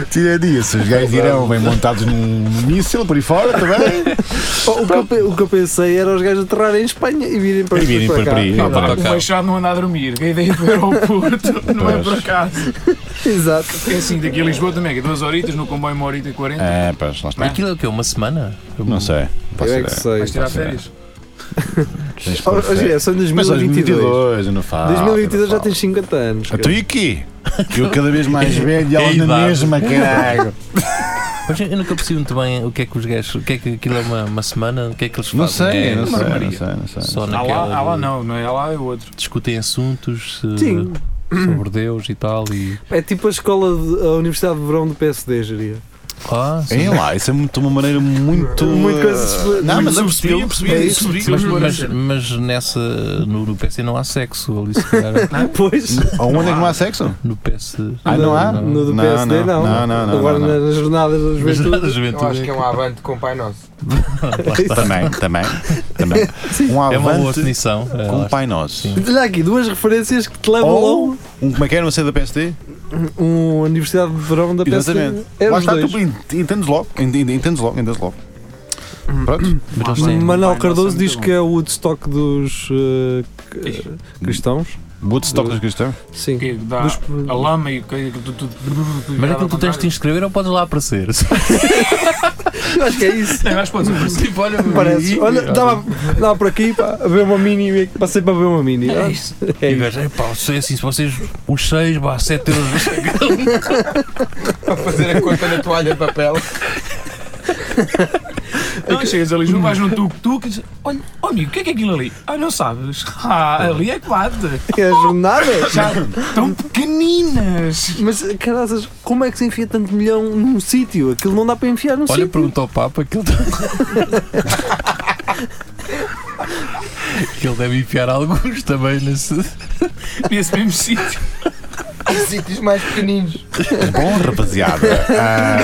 Tirando isso, os gajos irão bem montados num míssil por aí fora o, que eu, também. pe- o que eu pensei era os gajos aterrarem em Espanha e virem para, E virem para para cá. aí. Não, pá, para o cá. Machado não anda a dormir, que a ideia do aeroporto não é por Pois. acaso. Exato. É assim, daqui a Lisboa também, que é duas horitas, no comboio uma horita e quarenta. É, pois, lá está. Aquilo é o quê? Uma semana? Não sei. Posso Eu é que sei. Vais tirar férias. Tens de pôr Hoje fé. é só em 2022. Mas 2022, eu não Ah, falo. 2022 já tens 50 anos. cara. Então e aqui? Eu cada vez mais velho e ela É na idade. mesma, caralho. Mas eu nunca percebi muito bem o que é que os gajos. O que é que aquilo é uma, uma semana? O que é que eles fazem? Não É sei, não uma sei, não Maria. sei, não sei. Só Há naquela. lá, há lá de- não, não é lá, é outro. Discutem assuntos eh, Sim. sobre Deus e tal. E... É tipo a escola, de, a Universidade de Verão do PSD, diria. Oh, sim. É lá, isso é muito, uma maneira muito. Muito coisa- Não, mas eu percebi, subtil. eu percebi, É eu isso. percebi. mas, Uhum. mas, mas nessa. No, no PC não há sexo ali, se calhar. Pois. Onde é que não há sexo? No PS. Ah, não há? No do Não, PSD, não. não, não, não, Agora não, não. nas jornadas das Mas nada, juventude. juventude. Eu acho que é um avante com o Pai Nosso. Também, também. também. Um É uma boa avante definição. é, com lá o Pai Nosso. Sim. Olha aqui, duas referências que te levam Ou um, como é que era? Não sei da PST? a um Universidade de Verão da PSD. Exatamente. Eram Lá É os está, dois. tu ent- entendes logo. ent- ent- Entendes logo, entendes logo. Uhum. Pronto. Mas Sim. Manuel Pai Nosso Cardoso é diz muito que é o Woodstock dos eh, c- cristãos. Woodstock dos cristãos. Sim. Que dá Dos- Ah, a lama e o que. tu- tu- tu- Mas é aquilo que tu tens de te contrário. inscrever ou podes lá aparecer? Eu acho que é isso. Não, mas pode ser. tipo, olha, Parece. Olha, dava, dava por aqui pá, a ver uma mini. Passei para ver uma mini. Ah, É isso. E o gajo, é pá, sei assim, se vocês, os 6, vá, 7 euros. Para fazer a conta na toalha de papel. Não, Então chegas ali, não vais num tuk-tuk e dizes: Olha, ó amigo, o que é que é aquilo ali? Ah, não sabes. Ah, ali é que bate. É as jornadas? Já tão pequeninas. Mas caraças, como é que se enfia tanto milhão num sítio? Aquilo não dá para enfiar num Olha, sítio. pergunta ao Papa que ele. tá- que ele deve enfiar alguns também nesse. Nesse mesmo sítio. Em sítios mais pequeninos. É Bom, rapaziada. ah,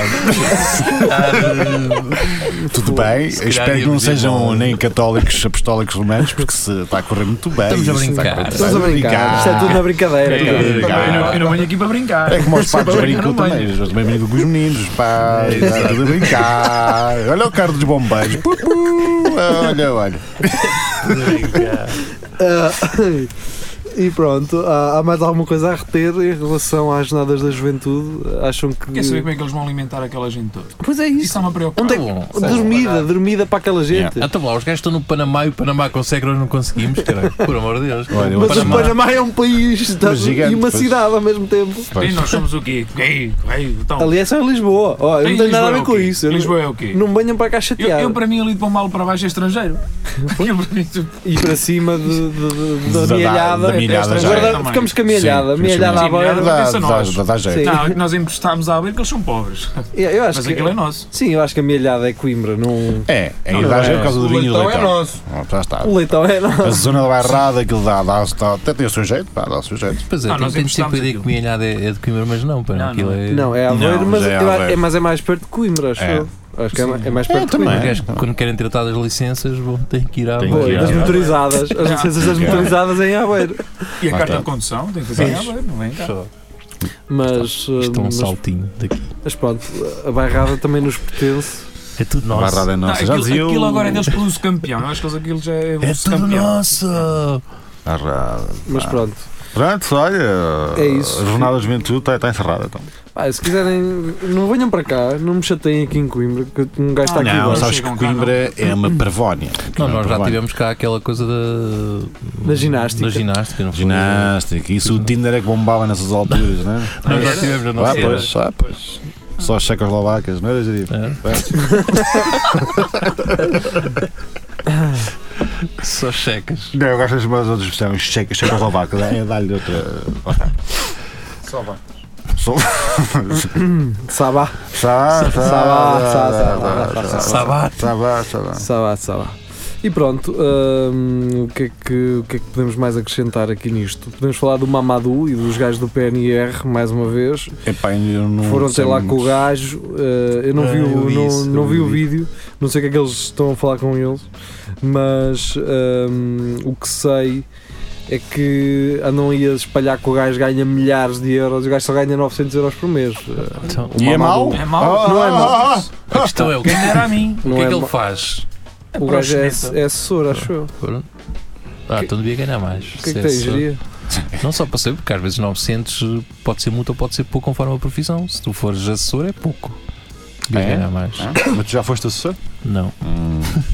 tudo bem. Se calhar Espero que íamos não dizer sejam bom. nem católicos apostólicos romanos, porque se está a correr muito bem. Estamos a Isso está brincar. correr muito Estás a bem. brincar. Isto é tudo na brincadeira. Eu, tudo. não, eu não venho aqui para brincar. É como os padres Só brincam brincar no também. banho. Eles também brincam com os meninos. Pá, está tudo a brincar. Olha o carro dos bombeiros. Pu, pu. Olha, olha. Ah, e pronto, há, há mais alguma coisa a reter em relação às jornadas da juventude? Acham que. Quer saber como é que eles vão alimentar aquela gente toda? Pois é Isso isso. está-me a preocupar. Tá bom. é Dormida, dormida para aquela gente. Então lá, os gajos estão no Panamá e o Panamá consegue, nós não conseguimos, caralho. Por amor de Deus. Olha, Mas Panamá. o Panamá é um país tá- gigante, e uma pois. cidade ao mesmo tempo. E nós somos o quê? Gay, gay, então. Ali é só em Lisboa. Ó, eu Em não tenho nada Lisboa a é ver o com quê? isso. Eu não- Lisboa é o quê? Não venham para cá Eu, chatear. eu, para mim, ali de Pombal para baixo é estrangeiro. Eu, para mim, tu- E para cima de, de, de, da Da- mielhada. da mielhada já Agora é. também. ficamos com a mielhada. Sim, mielhada à sim, mielhada. beira. Dá- pensa nós. dá- dá jeito. Sim. Não, é que nós emprestámos à beira que eles são pobres. Eu acho Mas que, aquilo é nosso. Sim, eu acho que a mielhada é Coimbra. Não... É, é Não, idade é. por causa O do vinho e do leitão é leitão. nosso. Ah, Já está. O leitão é nosso. A zona da bairrada, aquilo dá, dá, dá, até tem o seu jeito, pá, dá o seu jeito. Pois é, Ah, tenho nós tenho sempre a ideia que emprestámos o Minhada é, é de Coimbra, mas não, para Não, aquilo não. é. Não, é Aveiro, Não, mas, mas é eu- Aveiro. é, mas é mais perto de Coimbra, acho É. eu. Acho que é, ma- é mais perto de também. Coimbra. Os gajos, Não. quando querem tratar das licenças, bom, têm que ir à. Tem que Boa, ir. das Aveiro. motorizadas. As licenças das Ok. motorizadas em Aveiro. E a Ah, carta tá. de condução tem que fazer à beira, não vem cá. Mas, eh, Isto é um mas, saltinho daqui. mas pronto, a bairrada também nos pertence. É tudo A nosso. bairrada é Não, nossa. Já aquilo, dizia aquilo o- agora é deles pelos campeão. Eu acho que eles aquilo já é É pelos tudo campeão. nosso! Bairrada. Mas pronto. Pronto, olha. É isso. A Jornada de Juventude está está encerrada. Então. Ah, se quiserem, não venham para cá, não me chateiem aqui em Coimbra, que um gajo está aqui Ah, não, agora. sabes Chegam que cá, Coimbra é uma pervónia. Não, É uma nós já pervónia. tivemos cá aquela coisa da. Da ginástica. Da ginástica, não foi? Ginástica, isso o Tinder é que bombava nessas alturas, não é? Nós já tivemos na Ah, nossa. era. pois, ah, pois. Só as checoslovacas, não era, Jerry? É. É. Só checas. Não, eu gosto de chamar as outras expressões, checa- checoslovacas, é dar-lhe outra. Só vá. Só- Sabá, Sá, Sabá, sá, sá, sabá, sá, sá, sá. Sabate. Sabá, sabá. sabá, sabá. E pronto, hum, o, que é que, o que é que podemos mais acrescentar aqui nisto? Podemos falar do Mamadou e dos gajos do PNR, mais uma vez. Epá, eu não Foram ter sei lá muito. com o gajo, eh, eu não Ah, vi, o, eu vi não, isso, não eu vi o vi. vídeo, não sei o que é que eles estão a falar com eles, mas hum, o que sei é que andam aí a espalhar que o gajo ganha milhares de euros, o gajo só ganha 900 euros por mês. Eh, Então, o E é mau? Mamadou- É mau? Ah, Não é mau. ah, ah, a questão é o que Quem era a mim? o Não que é é que ele mau. faz? O gajo é, proxeneta. é assessor, acho eu. O Foram- Ah, então devia ganhar mais. que é que tem, geria? Não só para saber, porque às vezes 900 pode ser muito ou pode ser pouco conforme a profissão. Se tu fores assessor, é pouco. Devia É? ganhar mais. ah. Mas tu já foste assessor? Não.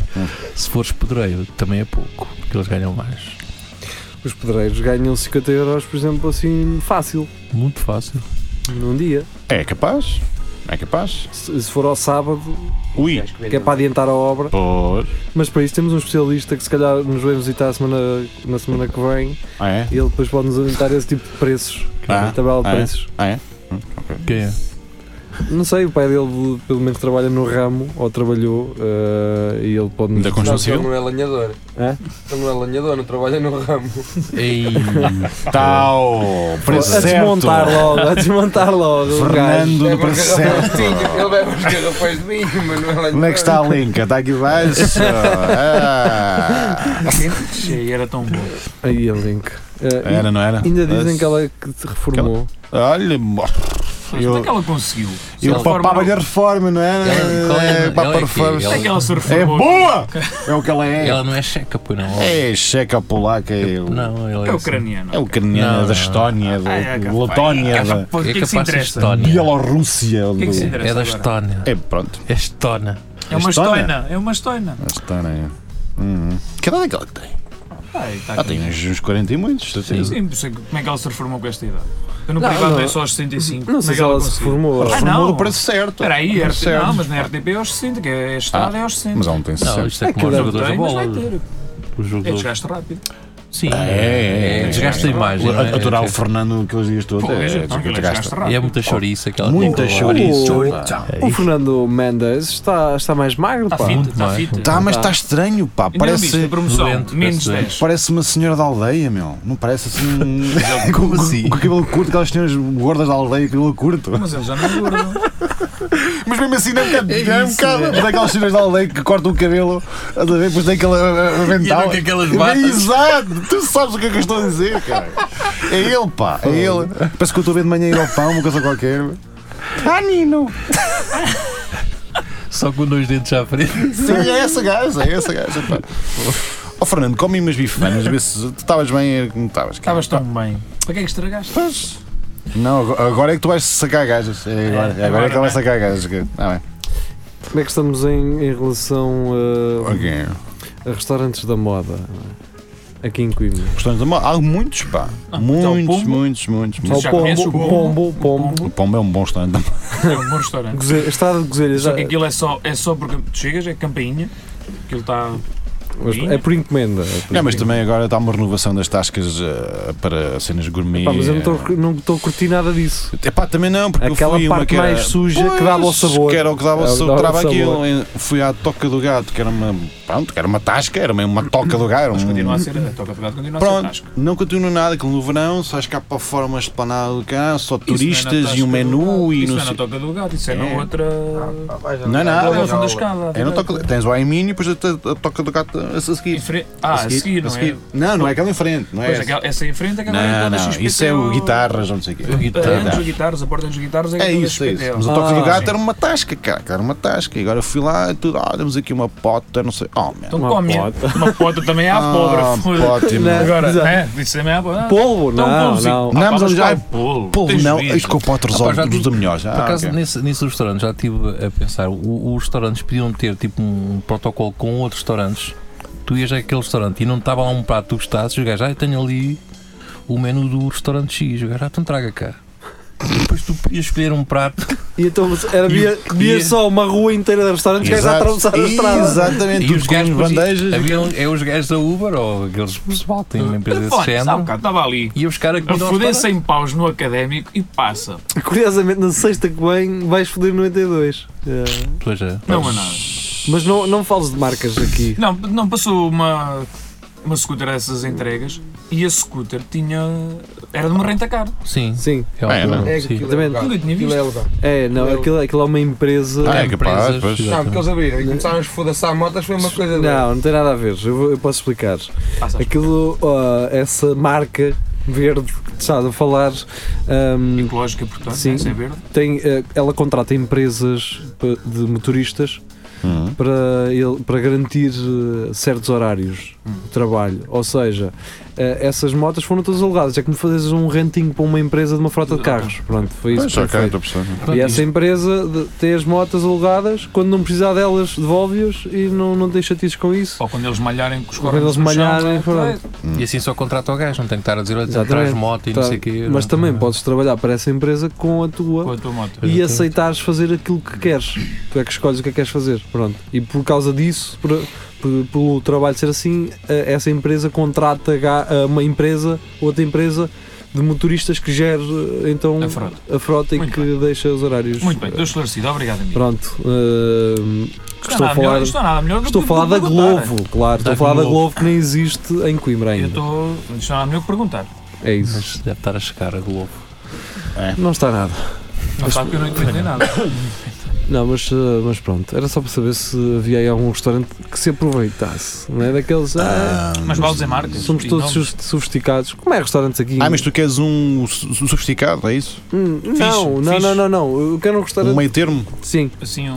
Se fores pedreiro, também é pouco, porque eles ganham mais. Os pedreiros ganham 50 euros, por exemplo, assim, fácil, Muito fácil. num dia. É capaz? É capaz? Se, se for ao sábado, Ui! que é para adiantar a obra. Pois. Mas para isso temos um especialista que se calhar nos vai visitar a semana, na semana que vem Ah, é? e ele depois pode nos orientar esse tipo de preços, Ah, a tabela de ah, é? preços. Ah, é? Quem é? Não sei, o pai dele pelo menos trabalha no ramo, ou trabalhou, eh, e ele pode nos Da construção Não, ele civil? não é lanhador. Hã? Ele não é lanhador, não trabalha no ramo. Ei, Tal. a desmontar logo, a desmontar logo. o gajo. Fernando Ele do bebe uns garrafões Preceto. de vinho, É ele bebe uns garrafões de vinho, mas não é lanhador. Onde é que está a linka? Está aqui baixo. Ah. Cheio, era tão bom. Aí a link. Eh, e- Era, não era? Ainda dizem que ela é que se reformou. Olha, Mas como é que ela conseguiu? Se eu ela forma- papava-lhe a reforma, não é? Ela- qual é- É, ela papa é que- reforma. Como é que ela se É reformou? boa! É o que ela é. ela não é checa, pois não. É checa polaca. É o, Não, ela É é. ucraniano. é o Não, ucraniano não. da Estónia, da Ah, é, capaz. Letónia, Essa da porra, O que é que se capaz de ser interessa? Estónia. Bielorrússia. O que é que se do- interessa? É da agora? Estónia. É, pronto. É Estona. É uma Estónia? estoina, é uma estoina. A Estónia. Uhum. Que idade é que ela tem? Ai, tá Ah, aqui. tem uns uns 40 e muitos, Sim, certeza. sim, não sei como é que ela se reformou com esta idade? Eu no Não, privado não. é só aos 65. Não como é sei que se ela se conseguiu? reformou. Ela Ah, reformou não. do preço certo. Espera aí, Do RT, preço certo. não, mas na RTP é aos 60, que é Estado é aos 60. Mas um ela não tem Não, 60. isto é como os Aquilo jogadores da Tem, mas bola. vai ter. O jogo É do- desgaste rápido. Sim, É, é, é. desgasta a imagem. não é? Aturar o Fernando aqueles dias todos. Pô, é, gente, é, não, aquilo é gasta. desgaste E é rápido. muita chouriça. aquela- Muita Oh, chouriça. Então. chouriça. é O Fernando Mendes está, está mais magro, pá. Está fit, está mais. fit. Tá, mas está estranho, pá. Ainda não viste a Parece, promoção, doente, menos parece 10. parece uma senhora da aldeia, meu. Não parece assim. um- com, assim? com, com cabelo curto, aquelas senhoras gordas da aldeia, cabelo curto. Mas ele já não é gordo. Mas mesmo assim, não é um bocado. é um bocado. Mas aquelas senhoras da aldeia que cortam o cabelo, a ver, depois tem aquele uh, uh, avental. andam com aquelas Bem, batas. Exato! Tu sabes o que é que eu estou a dizer, cara. É ele, pá. É ele. Parece que eu estou a ver de manhã ir ao pão, uma coisa qualquer. meu. Ah, Nino! Só com dois dentes à frente. Sim, é essa gaja, é essa gaja. Pá. Ó Fernando, come umas bifanas, vê se tu estavas bem, não estavas. cara. Estavas tão bem. Para que é que estragaste? Não, agora- agora é que tu vais sacar gajas. É agora, é agora, agora, é que ela né? vai sacar gajas. que- Ah, bem. Como é que estamos em, em relação uh, Ok. a restaurantes da moda é? aqui em Coimbra? Questões de moda. Há muitos, pá. então o Muitos, pombo? muitos, muitos, Só muitos. já o conheces pombo, o o pombo, pombo? o pombo. O pombo é um bom stand É um bom restaurante. Goze- Estrada de Gozelhas. Só que aquilo é só, é só porque tu chegas, é campainha. tá Aquilo está. É por encomenda. é por Não, mas encomenda. também agora está uma renovação das tascas eh, para cenas gourmet. Pá, mas eu não estou- não estou a curtir nada disso. Epá, também não, porque eu Aquela fui uma parte que era... mais suja que dava ao Pois, sabor. Que era o que dava ao Era o que sabor. dava Trava ao aquilo. sabor. em- Fui à toca do gato, que era uma. Pronto, que era uma tasca, era mesmo uma toca do gato. era Mas um- continua a ser. A toca pegada continua a ser Pronto, tasca. não continua nada, que no verão só cá para fora uma esplanada do cá, Isso não só é na turistas e Tasca um do menu Gato, e Isso não é na sei. toca do gato, isso é na É. outra. Ah, vai já Não é ligar. Na nada, é Vai outra já da ligar. escada. É na toca, tens o Aimini e depois a, a- a toca do gato a seguir. Em fre- Ah, a seguir, não é? Não, não é aquela em frente, não é? Pois, essa. aquela- essa em frente é que agora Não, está na não, XPTO. isso é o guitarras, não sei o quê. É, Guitarra. Antes dos guitarras, a porta dos guitarras é que É aquilo isso, é isso. XPTO. Mas o toque do Ah, gato sim. era uma tasca, cara, era uma tasca. E agora eu fui lá e tudo, ah, temos aqui uma pota, não sei. Oh, meu. Então come. pota. Uma pota também é à pobre. Ah, foda-se. pote, meu. Agora, Exato. né? Isso também é à pobre. Ah, Polvo, então não, pãozinho. não. Ah, Não, pá, mas mas ele já qual é Polo, Pô, Tens não, juízo. eis que eu pote Ah, pá, já resolve tive- dos melhores. Por Ah, acaso, ok. nesse, nesse restaurante, já estive a pensar, o- os restaurantes podiam ter tipo um protocolo com outros restaurantes. Tu ias àquele restaurante e não estava lá um prato que tu gostasses, o gajo, ah, eu tenho ali o menu do restaurante X, o gajo, ah, então traga cá. E depois tu podias escolher um prato E então era, via, E- via e- só uma rua inteira de restaurantes que já atravessar a estrada. Exatamente, e os tudo com as gajos. bandejas. Haviam, é os gajos da Uber ou aqueles pessoal que têm uma empresa desse Telefone, sabe, género. cara, Estava ali. E os caras A foder 100 paus no académico e passa. Curiosamente, na sexta que vem vais foder 92. É. Não é nada. Mas não, não fales de marcas aqui. Não, não passou uma, uma scooter dessas entregas e a scooter tinha. era de uma renta-car. Sim. Sim. É, É, não. É é, aquilo, sim. é Também- legal. Nunca tinha Aquilo é legal. É, não, aquilo, aquilo é uma empresa. Ah, é Empresas, capaz, pois. Não, porque exatamente. eles abriram e começaram a esfodaçar a motas, foi uma é coisa dela. Não, não tem nada a ver. Eu, vou- eu posso explicar. Passa. Tá Aquilo, ah, essa marca verde que estás a falar, ahm, Ecológica, portanto, Sim. essa é verde. tem, ah, ela contrata empresas pa- de motoristas Uhum. para, ele- para garantir eh, certos horários Hum. de trabalho. Ou seja, eh, essas motas foram todas alugadas. É como fazes um rentinho para uma empresa de uma frota de carros. Pronto, foi isso. que Pois, foi ok, então, feito. estou a perceber. Ah, Pronto, E isto- essa empresa de- tem as motas alugadas, quando não precisar delas, devolve-as e não, não tem chatices com isso. Oh, Ou quando eles malharem com os Quando eles cornos no chão, malharem, sabe? E assim só contrata o gajo, não tem que estar a dizer, olha, Hum. Exatamente. traz moto e não Tá. sei o quê. Mas não- é? também podes trabalhar para essa empresa com a Com tua a tua moto. e aceitares fazer aquilo que queres. Tu é que escolhes o que é que queres fazer. Pronto. E por causa disso, por, por- pelo trabalho ser assim, eh, essa empresa contrata ga- eh, uma empresa, outra empresa, de motoristas que gere então A frota. a frota e Muito que bem. deixa os horários. Muito bem, estou esclarecido, obrigado, amigo. Pronto. eh, Não estou a nada melhor- falar. não está nada melhor do Estou a que falar da perguntar. Globo, claro. Estou a Da falar da Globo. Globo que nem existe em Coimbra Eu ainda. estou. Não está nada melhor que perguntar. É isso. Mas deve estar a chegar a Globo. é. Não está nada. Não sabe que eu não entendi nada. Não, mas, eh, mas pronto. Era só para saber se havia aí algum restaurante que se aproveitasse. Não é daqueles. Ah, Mas vale dizer marcas. somos e todos nomes. sof- sofisticados. Como é restaurantes aqui? Ah, mas tu queres um so- sofisticado, é isso? Hum, não, fixe, não, fixe. não, não, não. Eu quero um Um restaurante. meio termo? Sim. Assim, um.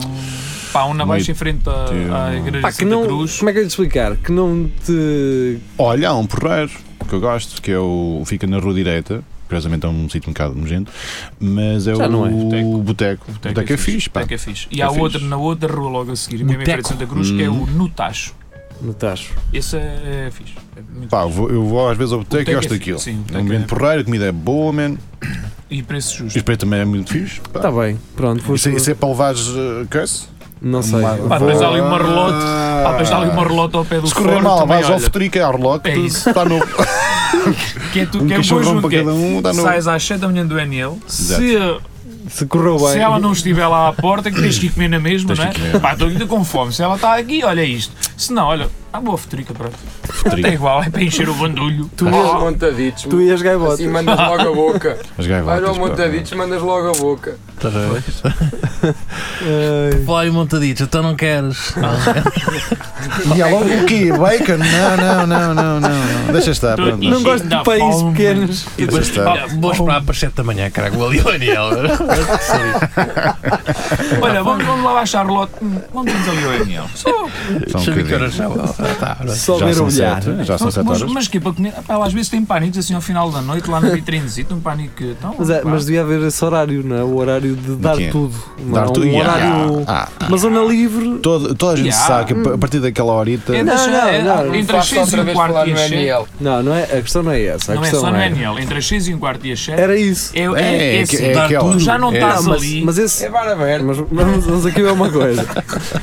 Pá, um na baixa em frente à, à Igreja Pá, de que Santa não, Cruz. como é que eu lhe explicar? Que não te. Olha, há um porreiro que eu gosto, que é o. fica na rua direita. Curiosamente é um sítio um bocado nojento, mas é Já o não é. boteco. Boteco, boteco é fixe, pá. Boteca é fixe. E Boteca há é fixe. Hum. outra na outra rua logo a seguir, mesmo em frente Boteco. a Santa Cruz, que é o No Tacho. No Tacho. Esse é, é fixe. É muito Pá, eu vou, eu vou às vezes ao boteco e Boteco é gosto fixe, daquilo. sim, um boteco ambiente é- porreiro, a comida é boa, man. E preço O justo. espeto também é muito fixe. pá. Está Tá bem, pronto. Vou Isso, é- isso é para levares uh, curse? Não sei. Pá, depois há ali uma relote. Ah. Pá, depois há ali uma relota ao pé do Se correr forno mal, também, vais ao olha, Futurica, à relote, É isso. está novo. Que é tu Um que é um cachorrão conjunto. para que é- cada um, está novo. Sais às 7 da manhã do NL. Se, Se correu se bem. ela não estiver lá à porta, que tens que ir comer na mesma, não Tens que é? comer. Pá, estou ainda com fome. Se ela está aqui, olha isto. Se não, olha, ah, boa futurica, pronto. Futurica. É igual, é para encher o bandulho. Ah, Tu vais aos montaditos. Tu ias gaibota. Assim mandas logo a boca. As Vais ao gaivotas, pá. montaditos, mandas logo a boca. Estás a ver? Ai. Flávio Montaditos, então não queres? E há logo o quê? Bacon? Não, não, não, não, não. não. Deixa estar, Tô pronto. aqui. Não Deixa, gosto Dá de países fome. pequenos. deixa estar. Ah, Vou esperar para as 7 da manhã, caralho, vou ali ao Daniel. Olha, vamos, vamos lá baixar o lote. Hum, Vamos antes ali ao NL. Só- Só um Deixa eu ver que bocadinho. horas são. Ah, tá, ora. Só Já ver são olhar. sete, já são mas, sete horas. mas que é para comer? Ah, pá, ela às vezes tem pânicos assim ao final da noite, lá no vitrinezito, um pânico. que- Então, Mas, é- pá. mas devia haver esse horário, não é? O horário de dar quê? tudo. Não, Dar tudo, um yeah, horário. yeah. Ah, Uma zona livre. Toda, toda a gente Yeah. sabe que a partir daquela horita. É das- Não, não, é- não, entre as Faço 6 e outra o vez quarto falar e no as 7. NL. Não, não é, a questão não é essa. A Não é questão só no é. NL, entre as 6 e um quarto e as 7. Era isso. É, é, É, é, é assim, que- é dar aquela. tudo, já não É. estás Não, mas, ali. mas esse. É bar aberto. Mas vamos, vamos aqui ver uma coisa.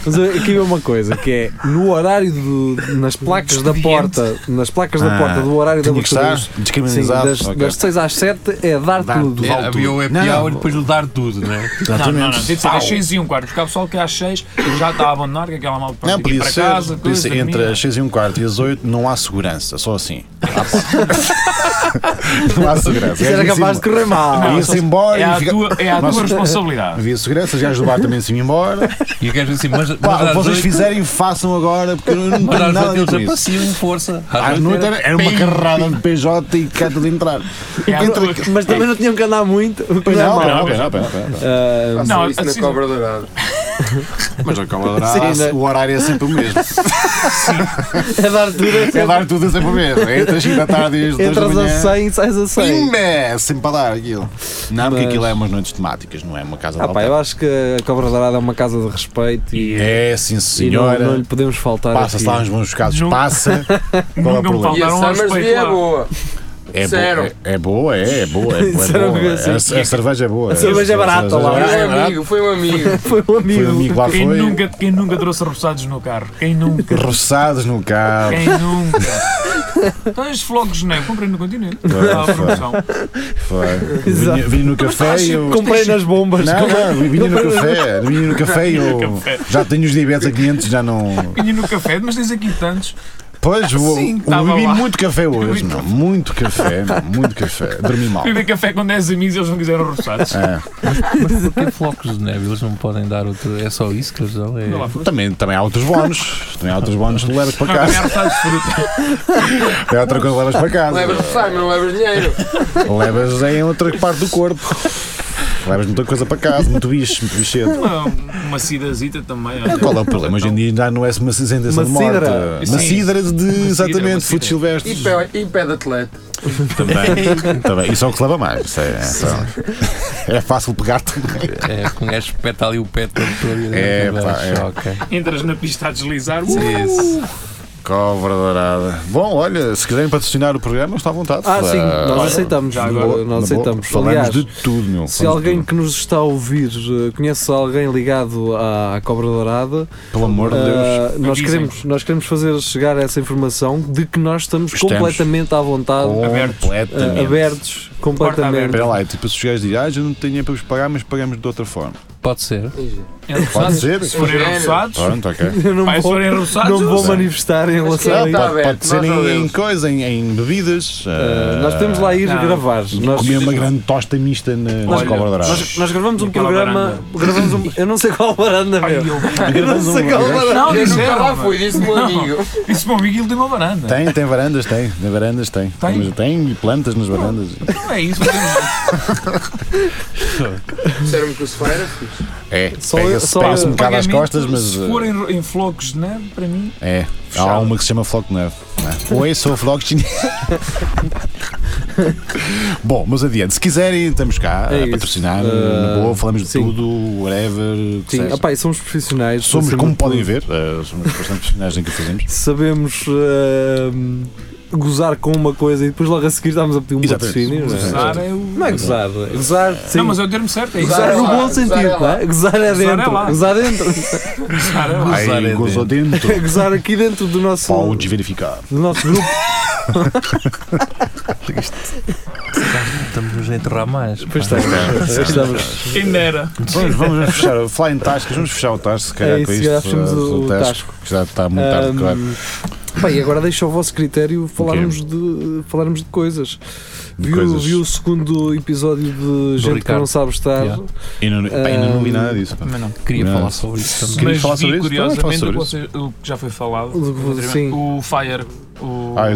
Mas aqui ver uma coisa, que é no horário do, nas placas da expediente. porta, nas placas da Ah, porta do horário da Tinha que estar abertura. Sim, descriminalizado. das, Ok. das 6 às 7 é dar Dar tudo. tudo. É, Havia o happy Não. hour e depois do dar tudo, não é? não, não, não, Exatamente. tem de ser às 6 e um quarto, porque há pessoal que às 6 já está a abandonar, que aquela malta Não, pronto, tem que ir podia para ser, casa, podia coisa, ser entre dormir. as 6 e um quarto e as 8 não há segurança, só assim. não há segurança. Isso era capaz de correr mal. Ah, Ia-se embora É e a fica- tua, é a Nós- tua responsabilidade. Havia segurança, os gajos do bar também se iam embora. E o gajo assim, mas, mas Pá, o que às vocês oito- fizerem, façam agora, porque eu não mas tenho às nada a vezes ver eles com isso. apareciam, força. é À noite era, era uma pim, carrada de PJ e cata de entrar. É a tua- Mas também não tinham que andar muito, o que não é Não, mau. pera, pera, pera, pera. Ah, Não, Não, isso assim- na cobra dourada. Mas a cobra Sim, né? o horário é sempre o mesmo. é dar tudo. É dar tudo é sempre o mesmo. É entre as 5 da tarde e as 2 da Entras a manhã. 100 e sais a 100. Pimba! É sempre para dar aquilo. Não, porque Mas- aquilo é umas noites temáticas, não é uma casa de Ah, pá, eu altar. acho que a Cobra Dourada é uma casa de respeito e, É, sim e não, senhora. não lhe podemos faltar. aqui. Passa-se lá um uns bons bocados, Nunca- passa. Qual é Nunca o me problema? E a faltaram ao Summersby respeito é lá. boa. É, bo Sério? é, é boa, é, é boa, é boa. É Sério boa. que assim? A, a cerveja é boa. A cerveja é barata cerveja lá. é barata, Foi é um barata. amigo, foi um amigo. Foi um amigo. Foi um amigo lá Quem foi. nunca, quem nunca trouxe repousados no carro? Quem nunca? Roçados no carro. Quem nunca? Então estes flocos de neve, comprei no continente. é, Ah, então. Estava à promoção. Foi. Exato. Vinha, vinha no café e eu. Comprei um nas bombas. Não, não, vinha no café. Vinha no café e eu. café. Já tenho os diabetes a 500, já não. Vinha no café, mas tens aqui tantos. Pois, vou, Sim, eu tava bebi lá. muito café hoje, Muito meu. Muito café, meu, muito café. Dormi mal. Bebi café com 10 amigos e eles não quiseram repousados. É. Porque tipo flocos de neve, eles não podem dar outro. É só isso que eles dão. É, Não lá foste. Também, também há outros bónus. Também há outros bónus que levas para Não, também há casa. repousados de fruta. É outra coisa que levas para casa. Levas ressaca, não levas dinheiro. Levas em outra parte do corpo. Levas muita coisa para casa, muito bicho, muito bichedo. Uma, uma cidazita também. olha. Qual é o problema? Hoje em dia já não é uma sentença Uma de morte. cidra. Uma Sim. cidra de, uma exatamente, cidra. frutos silvestres. E pé, e pé de atleta. Também. também. Isso é o que se leva mais. Isso é, só- é fácil pegar também. é que um gajo espeta ali o pé todo. todo e- É, pá, é. Ok. Entras na pista a deslizar. Uh, Isso. Cobra dourada. Bom, olha, se quiserem patrocinar o programa, está à vontade. Ah, sim, Ah, nós olha, aceitamos. na boa, uh, na boa. Nós aceitamos. Falamos Aliás, de tudo, meu. Falamos se de alguém tudo. que nos está a ouvir uh, conhece alguém ligado à, à Cobra Dourada, Pelo amor de Deus. uh, nós, Avisem. queremos, nós queremos fazer chegar essa informação de que nós estamos, Estamos. completamente à vontade, abertos. Completamente. uh, abertos, completamente. oh, ah, Espera lá, é tipo, se os gajos dizem, ah, já não tenho dinheiro para vos pagar, mas pagamos de outra forma. Pode ser. Pode ser? Se forem arroçados, Pronto, ok. Eu não Pá, se vou, forem não arroçados, vou eu- manifestar em Mas relação quem é a está isso. Pode, aberto, pode ser nós em, em sabemos. coisa, em, em bebidas. ah, Uh, nós temos lá a ir Não. gravar. Nós, Comer uma grande tosta mista na, na Olha, Cobra Dourada. nós, nós gravamos um Naquela programa. Gravamos um, eu não sei qual varanda, Ai, meu. um eu- Eu não sei qual varanda. Não, Eu nunca disseram. lá fui, disse-me um amigo. Isso meu amigo ele tem uma varanda. Tem, tem varandas, tem. Tem varandas, tem. Tem? Mas tem plantas nas varandas. Não é isso. mas tem- Disseram-me que o sofá era fixe. É, Só- pega-se só- pega um bocado às Pagamento, costas, mas. Se uh, forem em, em flocos de neve, para mim. É, há uma que se chama Floco de Neve. não é? Oi, sou o Floco chinês. Bom, mas adiante, se quiserem, estamos cá É a isso. patrocinar, Ah, na boa, falamos de sim. tudo, whatever, o que Sim, seja. opá, e somos profissionais. Somos, acima como de tudo. podem ver, ah, somos bastante profissionais em que fazemos. Sabemos ahm, gozar com uma coisa e depois logo a seguir estamos a pedir um Exatamente. patrocínio. não é? Usar é o. Não é gozar. Gozar, sim. Não, mas é o termo certo. É isso. Gozar é no lá, bom gozar sentido, é não é? Gozar Gozar é é lá. dentro. Gozar dentro. Gozar é lá. Gozar Aí, é gozou dentro. Gozar aqui dentro do nosso, Podes verificar. do nosso grupo. Estamos-nos a enterrar mais. Pois estamos. pois estamos. Quem dera. Vamos, vamos fechar o Flying Tascas, vamos fechar o Tasco, se calhar É isso, com se isto. calhar fechamos ah, o Um, Tasco, que já está muito tarde, claro. Ahm, Bem, ehm, agora deixo ao vosso critério falarmos, de, falarmos de coisas. De viu, coisas. viu o segundo episódio de Gente que Ricardo. não sabe estar. Yeah. E não, pá, ainda não vi ahm, nada disso. pá. Mas não. Queria Não. falar sobre isso também. Querias Mas falar vi, sobre isso? Fala curiosamente sobre o que isso. vocês- o que já foi falado. O que- anteriormente, sim. O Fire. O Ah, o Fire documentário,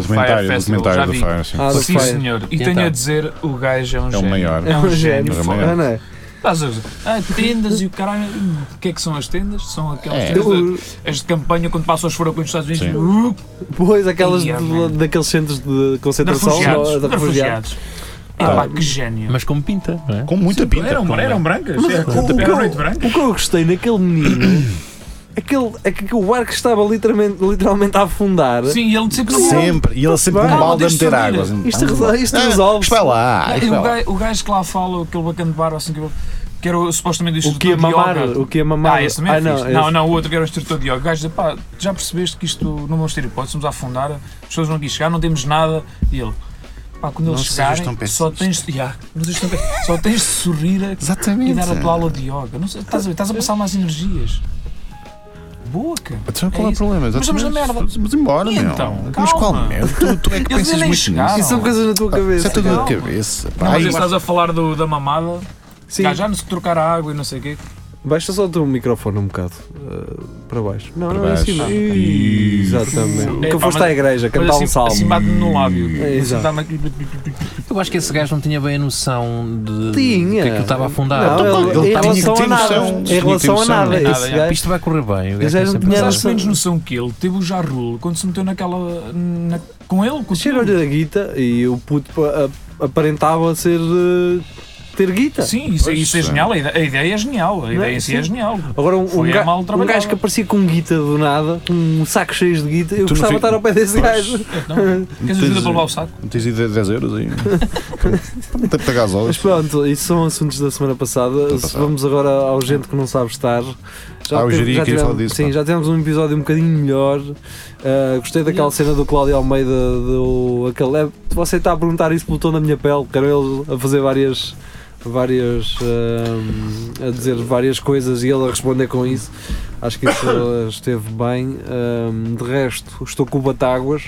o Festival. documentário Já do vi. Fire, sim. Ah, do Sim, Fire. senhor. E E tenho então? a dizer, o gajo é um É o gênio. maior. É um gênio. Mas é foda. maior. não é? Estás a ver? Ah, tendas e o caralho. Hum, O que é que são as tendas? São aquelas É. tendas O- de, as de campanha quando passam os furacões nos Estados Unidos. Sim. Uh, Pois, aquelas Ia, de- man. daqueles centros de de concentração é? refugiados. de De refugiados. refugiados. Ah. Epá, que gênio. Mas como pinta, não é? Com muita pinta. um eram, como é? eram brancas. Mas o, o, que Era noite branca. eu, o que eu gostei naquele menino aquele, é que o barco estava literalmente, literalmente a afundar. Sim, e ele sempre não Sempre, e ele sempre com um Calma, balde a deixa meter eu ver. água. assim, Isto, vamos lá. resolve- isto é Ah, resolve. Espera lá. Ah, e é espera o, lá. gajo, o gajo que lá fala, aquele bacana de bar, assim, que, que era o- supostamente o O instrutor que ia de mamar? yoga. O que ia mamar? Ah, esse também é não, fixe. esse- Não, não, o outro que era o instrutor de yoga. O gajo dizia, pá, já percebeste que isto não vamos ter hipótese, vamos afundar, as pessoas não quis chegar, não temos nada. E ele, pá, quando eles chegarem, só tens, de- Ya, não sejas tão péssimo. só tens de sorrir a- e dar a tua aula de yoga. Não sei, estás a ver, estás a passar mais energias. Boa, cara. Então qual é, É o isso. problema? Mas estamos na Exatamente. merda. Vamos embora, E meu. então? Mas qual Calma. merda? Tu, tu é que Eles pensas nem muito chegaram. Isso são coisas na tua nisso. Isso cabeça. é tudo na Calma. cabeça. pá. Não, mas Aí- estás a falar do- da mamada, Sim, Cá já não se trocar a água e não sei o quê. baixa só o teu microfone um bocado uh, para baixo. Não, Para não, em baixo. cima. Isso. Exatamente. É, Nunca pá, foste mas- à igreja Mas cantar assim, um salmo. assim bate-me no lábio. É, exato. Assim dá-me- Eu acho que esse gajo não tinha bem a noção de, de que é Tinha. aquilo estava a afundar. Então, Não, Então, Ele ele- em tinha que relação ter a nada. noção. Em Tinha que relação ter a nada. noção. Esse Nada, gajo. Isto vai correr bem. O Eu gajo já tem não sempre tinha essa- Sabes noção. menos noção que ele? Teve o Jarrul quando se meteu naquela. na- com ele, com o Cheira-lhe a guita e o puto pa- a- aparentava ser. eh, ter guita. Sim, isso, isso é genial. A ide- a ideia é genial. A ideia em si sim. é genial. Agora, um, Foi um, a ga- mal um trabalhada. gajo que aparecia com guita do nada, com um saco cheio de guita, eu Tu não gostava de fica- estar ao pé desse gajo. Não, queres ajuda tens- para levar o saco? Não tens ideia de 10 euros aí? Não tem pegar as Mas aulas. pronto, isso são assuntos da semana passada. Se passada. Vamos agora ao gente que não sabe estar. Então tá. Ah, o teve- Jiri queria tivemos, falar disso, Sim, pá. já tivemos um episódio um bocadinho melhor. Ah, gostei daquela cena do Cláudio Almeida, do aquele. é, Você está a perguntar isso pelo tom da minha pele, que era ele a fazer várias. Várias ah, a dizer várias coisas e ele a responder com isso. Acho que isso ah, esteve bem. Ah, de resto, estou com o Batáguas.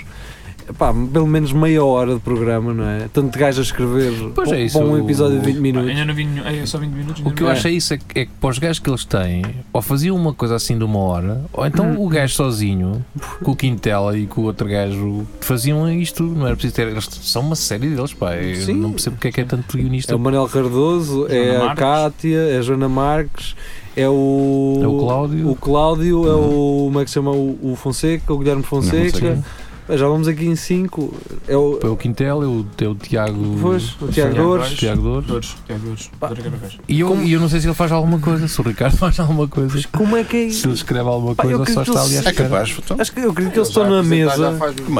Epá, pelo menos meia hora de programa, não é? Tanto gajo a escrever Pois é para- isso, para um episódio de 20 Ah, minutos. Ainda não vi nenhum. É só 20 minutos. O ainda que eu não vi. acho é isso, é que, é que para os gajos que eles têm, ou faziam uma coisa assim de uma hora, ou então o gajo sozinho, com o Quintela e com o outro gajo, faziam isto, não era preciso ter. Eles são uma série deles, pá. Eu Sim. não percebo porque é que é tanto guionista. É o Manuel Cardoso, é Joana a Marques. Cátia, é a Joana Marques, é o. É o Cláudio. Uhum. O Cláudio, é o. Como é que se chama? O, o Fonseca, o Guilherme Fonseca. Pá, Já vamos aqui em 5. É o. É o Quintel, é o, é o Tiago. Pois, o Tiago Tiago Dores. Dores. Tiago Dores. Dores, Tiago Dores. Dores Carvalho. E eu, e eu não sei se ele faz alguma coisa, se o Ricardo faz alguma coisa, Mas como é que é se isso? ele escreve alguma Pá, eu coisa ou só acredito está ali à que É espera. capaz, então, Acho que eu acredito que eles estão na mesa.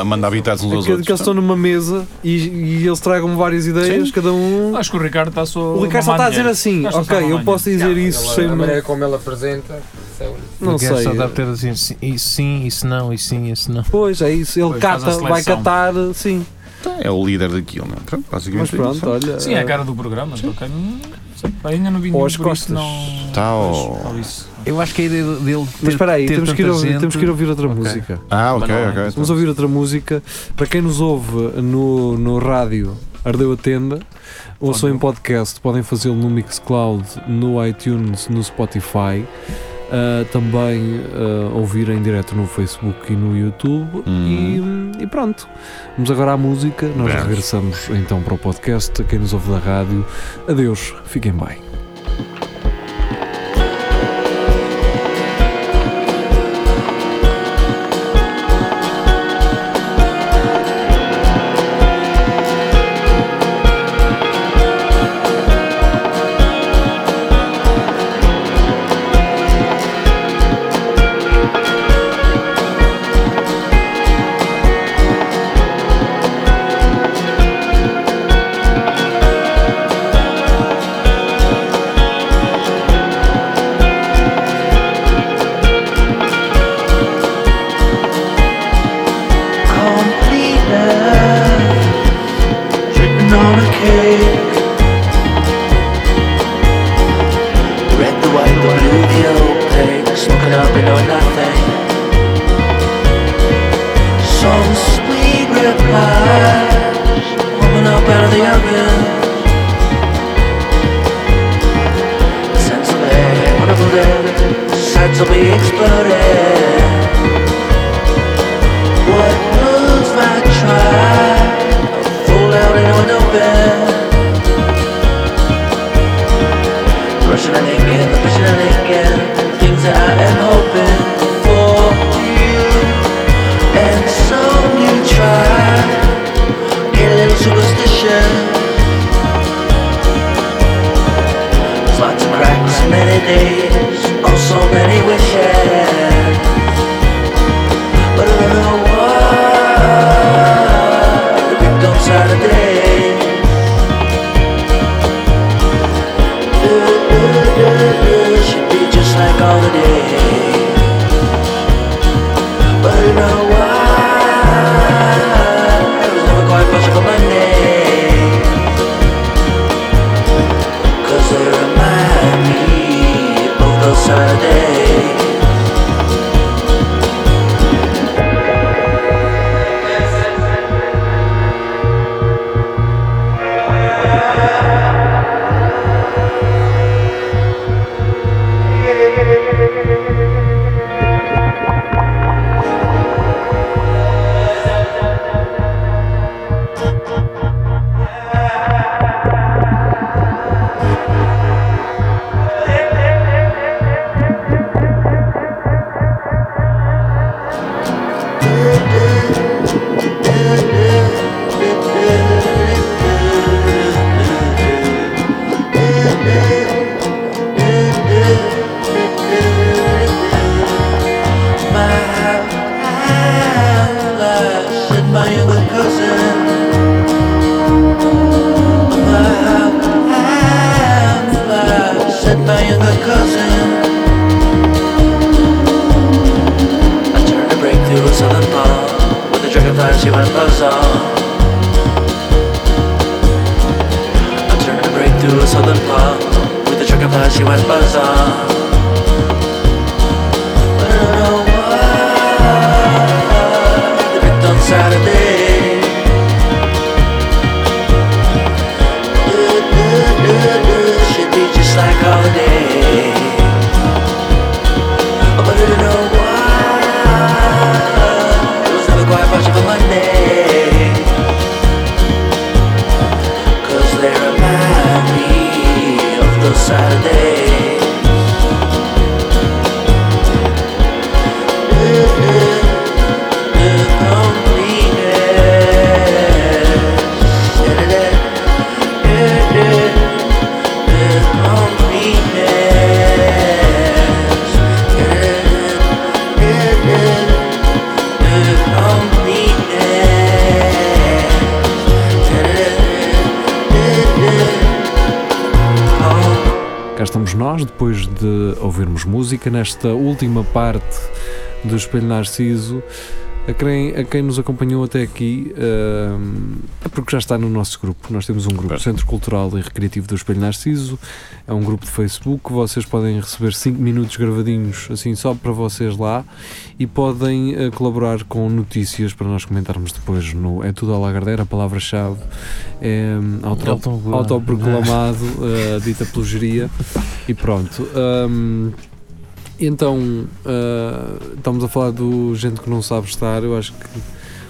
manda habitar uns aos Acredito outros. que eles estão numa mesa e, e eles tragam várias ideias, cada um. Acho que o Ricardo está só. O Ricardo só está a dizer mamar assim, Acho que está ok, a eu mamar posso dizer isso sem. A maneira como ele apresenta. isso é um- Não Porque sei. eh, Só deve ter assim, sim, isso sim, isso não, isso sim, isso não. Pois, é isso. Ele Pois, faz cata, a vai seleção. catar, sim. Então, É o líder daquilo, não é? Então, Pronto, Mas basicamente é isso. pronto, olha. dinheiro. Sim, é a cara do programa. ok. Hum, sei. Ainda não vi eh, Ou nenhum as por isso, costas. não. Tá, ó. Pois, ou isso. Eu acho que a ideia dele. Ter, Mas espera aí, ter temos que, ir tanta ouvir, gente- temos que ir ouvir outra música. Ah, ok, ok. então. Vamos ouvir outra música. Para quem nos ouve no, no rádio, ardeu a tenda. Ouçam em podcast, podem fazê-lo no Mixcloud, no iTunes, no Spotify. Ah, também ah, ouvir em direto no Facebook e no YouTube. Hum. E, e pronto. Vamos agora à música. Nós Vamos. regressamos então para o podcast. A quem nos ouve da rádio, adeus, fiquem bem. Sides will be exploded. What moves my tribe? Full out and went open. Rushing and aching, pushing and aching. Things that I am hoping for you. And some new tribe. Get a little superstition. There's lots of cracks, many days. Oh, so many wishes. depois de ouvirmos música, nesta última parte do Espelho Narciso. A quem, a quem nos acompanhou até aqui, hum, é porque já está no nosso grupo. Nós temos um grupo, Centro Cultural e Recreativo do Espelho Narciso. É um grupo de Facebook. Vocês podem receber 5 minutos gravadinhos, assim, só para vocês lá. E podem eh, colaborar com notícias para nós comentarmos depois no É Tudo à Lagardeira. A palavra-chave é hum, auto- Autoproclamado. autoproclamado, eh, dita pelo geria. E pronto. hum, então, ah, estamos a falar do gente que não sabe estar. Eu acho que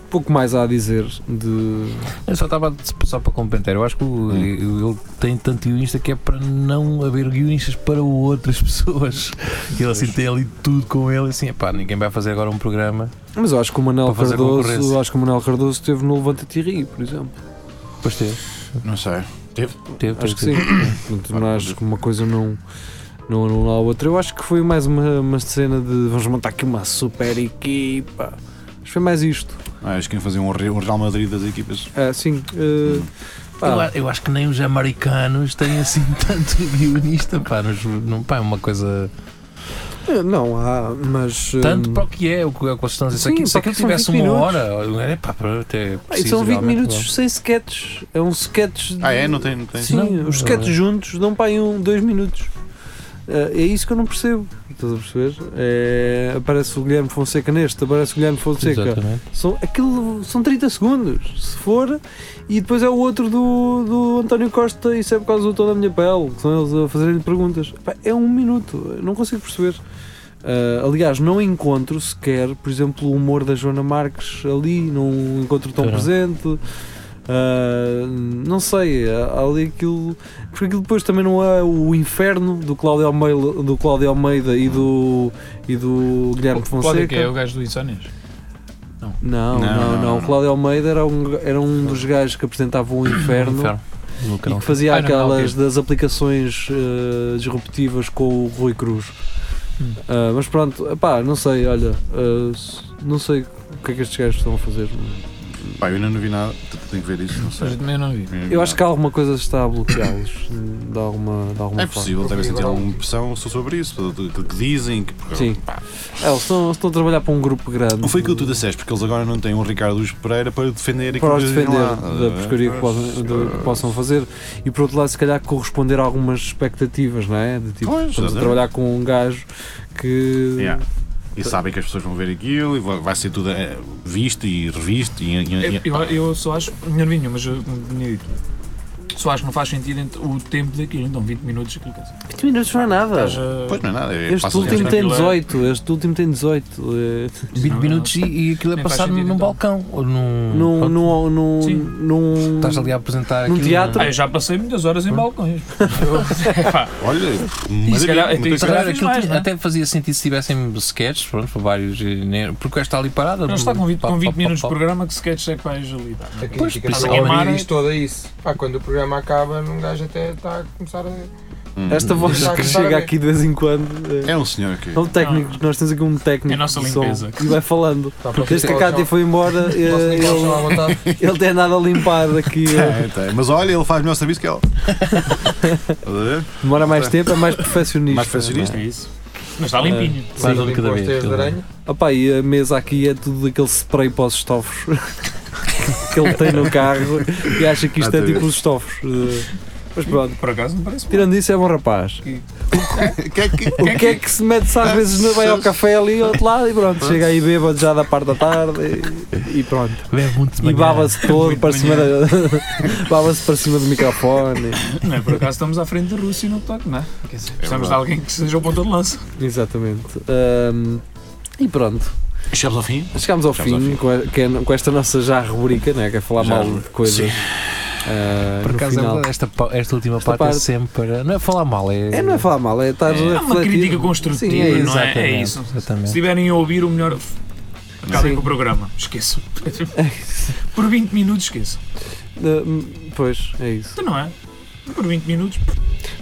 pouco mais há a dizer de. Eu só estava só para complementar. Eu acho que o- ele tem tanto guionista que é para não haver guionistas para outras pessoas. Ele assim tem ali tudo com ele. Assim, pá, ninguém vai fazer agora um programa. Mas eu acho que o Manuel Para fazer Cardoso, concorrência. acho que o Manuel Cardoso esteve no Levanta Tirri, por exemplo. Pois teve. Não sei. Teve? Teve, Acho que sim. teve, Portanto, não acho que uma coisa não. Não anula a outra. Eu acho que foi mais uma, uma cena de vamos montar aqui uma super equipa. Acho que foi mais isto. Ah, acho que iam fazer um Re- um Real Madrid das equipas. Ah, sim. ah, pá. Eu, a- eu acho que nem os americanos têm assim tanto guionista. Pá, nos- não, pá, é uma coisa. Eh, Não há, mas. eh, Tanto para o que é, o que é o que vocês estão a dizer. Se Sim, aquilo- Se para que aquilo são tivesse 20 uma minutos. hora, eu- é pá, para até Ah, e preciso são 20 realmente minutos de- sem sketches. É um sketch. de- Ah, é? Não tem. Não tem. Sim, Não, os não sketches é. juntos dão para aí um, dois minutos. Ah, é isso que eu não percebo. Estás a perceber? É, aparece o Guilherme Fonseca neste, aparece o Guilherme Fonseca. Exatamente. São, aquilo, são 30 segundos, se for, e depois é o outro do, do António Costa, isso é por causa do tom da minha pele, que são eles a fazerem perguntas. Pá, é um minuto, eu não consigo perceber. Ah, aliás, não encontro sequer, por exemplo, o humor da Joana Marques ali, não encontro tão Pois não. presente. Ah, não sei, há ali aquilo. Porque aquilo depois também não é o inferno do Cláudio Almeida, do Cláudio Almeida e do, e do Guilherme Cláudio que é o Fonseca. gajo do Insónias? Não, não, não. O Cláudio Almeida era um, era um dos gajos que apresentava o inferno. Inferno. No E canal. que fazia Ah, não, não, aquelas ok. das aplicações eh, disruptivas com o Rui Cruz. Hum. Ah, mas pronto, pá, não sei, olha, ah, s- não sei o que é que estes gajos estão a fazer. Pá, eu ainda não vi nada. Portanto, Tenho que ver isso, não sei. Mas eu também não vi. Ainda não vi Eu acho que nada. alguma coisa está a bloqueá-los hum, de alguma, de alguma É forma. possível, devem sentir alguma pressão sobre isso, do do que dizem. Que, porque- Sim. pá, É, eles estão, eles estão a trabalhar para um grupo grande. Não foi aquilo que tu disseste, porque eles agora não têm um Ricardo Luz Pereira para um defender aquilo para os que dizem defender lá. é? da pescaria que possam, do- que possam fazer e por outro lado se calhar corresponder a algumas expectativas, não é? De tipo, Pois, estamos a exatamente. trabalhar com um gajo que Yeah. E sabem que as pessoas vão ver aquilo e vai vai ser tudo eh, visto e revisto. E, e- e- Eu, eu- eu só acho, melhor não vi nenhum, mas eu como tinha dito, só acho que não faz sentido ent- o tempo daquilo, então 20 minutos aquilo que é. 20 minutos não é nada. Pois não é nada. é- Este passa- último tempo tem aquilo é- 18, este último tem 18. é, 20 minutos e, e aquilo é Nem faz passado sentido, num então. balcão. Ou num. Num, pronto, num, num, Sim. num- Estás ali a apresentar num aquilo, teatro. Ah, eu já passei muitas horas Hum? em balcões. Eu- pá, Olha, se calhar- é maravilha, tem- muita Se calhar Cada vez aquilo mais, tinha- não é? até fazia sentido se tivessem sketches, pronto, para vários. eh, né, Porque esta ali parada. Não está com 20, pá, com pá, 20 pá, minutos de pá. programa que sketch é que vais ali. pá. A Pois, crítica está principalmente. a diz toda é isso. Pá, quando o programa acaba, um gajo até está a começar a. Esta voz Está a que começar chega a ver. aqui de vez em quando. É, É um senhor que. é um técnico, nós temos aqui um técnico. É a nossa de som, limpeza. E vai falando. Está para Desde que a ficar Cátia o chão- foi embora, Posso eh, limpar o chão à ele, vontade? ele tem nada limpado aqui. eh. Tem, tem. É, tá, Mas olha, ele faz melhor serviço que ela. Estás a ver? Demora mais tempo, é mais perfeccionista. Mais perfeccionista. É isso. Mas está limpinho. Mais um de cada Limpou vez, as teias de aquilo. aranha. Opa, e a mesa aqui é tudo aquele spray para os estofos que ele tem no carro e acha que isto Ah, é tá tipo bem. os estofos. eh. Mas pronto, Por acaso não parece mal. tirando isso é bom rapaz. Que é que- O que é que se mete-se às vezes no vai ao café ali ao outro lado e pronto, chega aí bêbado já da parte da tarde e, e pronto. Bebe muito de E manhã. baba-se todo Muito para cima, da- baba-se para cima do microfone. Não é por acaso estamos à frente da Rússia no toque, não é? Quer dizer, precisamos de alguém que seja o ponta de lança. Exatamente. Ahm, e pronto. Chegamos ao fim? Chegámos ao, Chegámos fim, com a- que é- com esta nossa já rubrica, né, que é falar Já mal de rubrica. coisas. Sim. ah, Por no acaso, é final. verdade, esta, pa- esta última Esta parte, parte- é sempre para. Não é falar mal, é. É, não é falar mal, é estar. É uma crítica construtiva, Sim, é isso. não é? Exatamente, É isso. Se Exatamente. estiverem a ouvir, o melhor. Acabem Sim. com o programa. Esqueçam. Por 20 minutos, esqueçam. Ah, hum, Pois, é isso. Então não é? Por 20 minutos.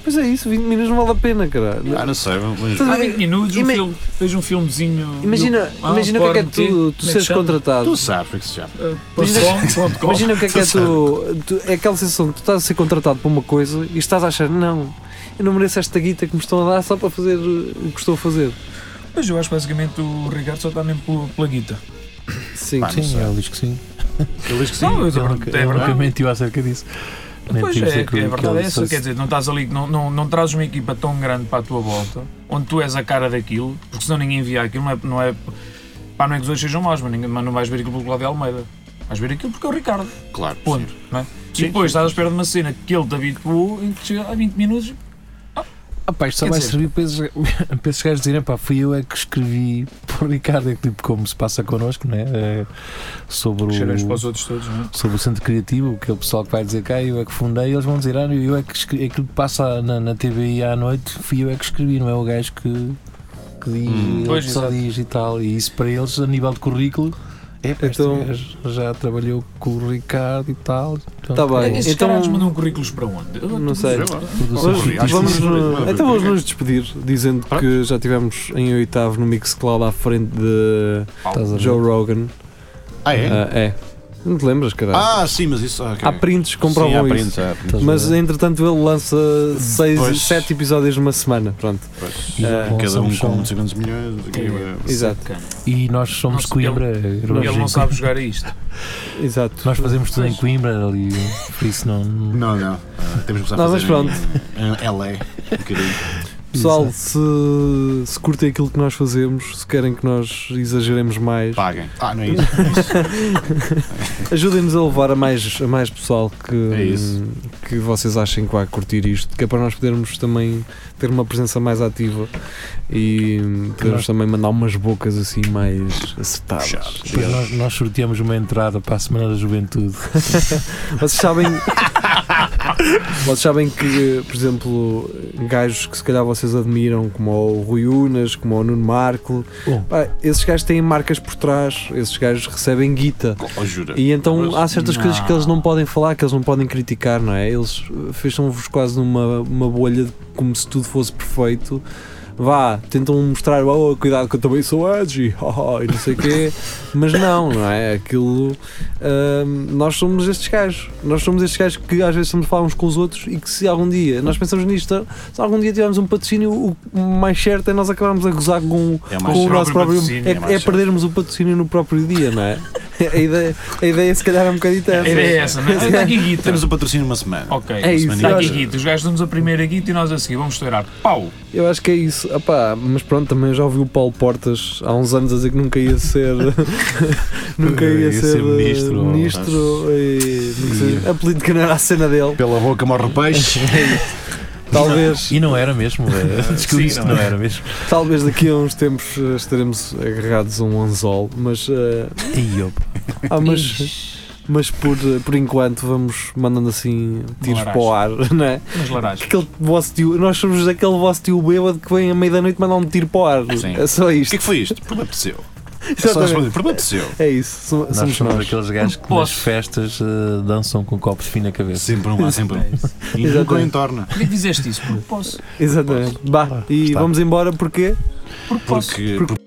Pois é isso, 20 minutos não vale a pena, cara. Ah, não sei. vamos- vamos- Há 20 minutos, um Ima- filme, vejo um filmezinho. Imagina, Ah, imagina o que é que porno, tu, como é tu que seres chama? contratado. Tu sabes o que é que se chama. eh, Ponto.com. Imagina o que é que é tu, tu- É aquela sensação de tu estás a ser contratado por uma coisa e estás a achar, não, eu não mereço esta guita que me estão a dar só para fazer o que estou a fazer. Mas eu acho que basicamente o Ricardo só está mesmo pela, pela guita. Sim, Pá, não sei. ele diz que sim. Ele diz que sim. Não, mas é ele verdade. nunca, ele nunca mentiu acerca disso. Pois é, é acerca do que verdade ele é essa, disse. quer dizer, não estás ali, não, não, não trazes uma equipa tão grande para a tua volta, onde tu és a cara daquilo, porque senão ninguém via aquilo, não é, não é, pá, não é que os dois sejam maus, mas, ninguém, mas não vais ver aquilo pelo Cláudio Almeida, vais ver aquilo porque é o Ricardo, Claro. ponto, não é? e depois estás à espera de uma cena que ele te habituou em que chega a 20 minutos, Ah, pá, isto só Quer vai dizer- servir para esses, para esses gajos dizerem, pá, fui eu é que escrevi para o Ricardo, é que, tipo como se passa connosco, né? É, sobre o. cheiramos para os outros todos, não é? sobre o centro criativo, que é o pessoal que vai dizer que ah, eu é que fundei, eles vão dizer, ah, eu é que escrevi, aquilo que passa na, na TVI à noite, fui eu é que escrevi, não é o gajo que, que diz, Hum. ele Pois, que só exato. diz e tal. E isso para eles, a nível de currículo, é pá, este Então- gajo já trabalhou com o Ricardo e tal. Então, Tá bem, Esses então. caras mandam um currículos para onde? Eu- Não sei. Tudo Vamos- assim. Acho que vamos, sim. uh, então vamos nos despedir dizendo Pronto. que já tivemos em oitavo no Mixcloud à frente de Estás a ver? Joe Rogan. Ah, é? Ah, é. Não te lembras, caralho? Ah, sim, mas isso. ah, ok. há prints que comprovam Sim, há isso. prints, há prints. Estás a Mas é- ver? entretanto ele lança Pois. 6, 7 episódios numa semana. Pronto. Pois. E Ah, não Cada um somos com só- não sei quantos milhões. aqui, eh, Exato. Sacana. E nós somos Nossa, Coimbra, nós, Ele não sabe jogar a isto. Exato. nós fazemos tudo em Coimbra ali, por isso não. não- Não, não. Ah, temos que começar Não, a mas fazer em- em LA. Um bocadinho. né? Pessoal, se, se curtem aquilo que nós fazemos, se querem que nós exageremos mais, Paguem. Ah, não é isso. ajudem-nos a levar a mais, a mais pessoal que, É isso. que vocês achem que vai curtir isto, que é para nós podermos também ter uma presença mais ativa e podermos também mandar umas bocas assim mais acertadas. Puxado. Depois nós, nós sorteamos uma entrada para a Semana da Juventude. Vocês sabem. vocês sabem que, por exemplo, gajos que se calhar vocês admiram, como o Rui Unas, como o Nuno Marco, Bom. pá, esses gajos têm marcas por trás, esses gajos recebem guita. Oh, jura. E então Mas- há certas coisas que eles não podem falar, que eles não podem criticar, não é? Eles eh, fecham-vos quase numa uma bolha de como se tudo fosse perfeito. Vá, tentam mostrar, oh, cuidado que eu também sou edgy, oh, e não sei o quê, mas não, não é? Aquilo. ahm, nós somos estes gajos. Nós somos estes gajos que às vezes estamos a falar uns com os outros e que se algum dia, nós pensamos nisto, se algum dia tivermos um patrocínio, o mais certo é nós acabarmos a gozar com, É mais com o certo. nosso próprio. patrocínio, é, é mais é certo. perdermos o patrocínio no próprio dia, não é? A ideia, a ideia se calhar é um bocadito A ideia é essa. essa, não é? Está aqui guita. Temos o patrocínio uma semana. Ok, É isso, está aqui olha. guita. Os gajos dão-nos a primeira guita e nós a seguir vamos estourar. Pau! Eu acho que é isso. Opá, mas pronto, também já ouvi o Paulo Portas há uns anos a dizer que nunca ia ser. nunca ia, Ia ser, ser eh, ministro. ministro e, não sei, apelido que não era a cena dele. Pela boca morre o peixe. Talvez, E não era mesmo, é. descobri Sim, isso que não não era mesmo. talvez daqui a uns tempos eh, estaremos agarrados a um anzol, mas. eh, E eu, ah, mas mas por, eh, por enquanto vamos mandando assim tiros Não para o ar, não é? Mas larás. Aquele vosso tio, nós somos aquele vosso tio bêbado que vem à meia da noite mandar um tiro para o ar. Sim. É só O isto. que é que foi isto? Problema seu. É só Exatamente. responder. Problema seu. É isso, so- nós somos somos, nós. aqueles gajos que nas Posso. festas eh, dançam com copos de fim na cabeça. Sempre um lá, sempre um. E nunca o Exatamente. entorna. Porquê que dizeste isso? Porque posso. Exatamente. Bah, e está. vamos embora porque Porque posso. Porque. porque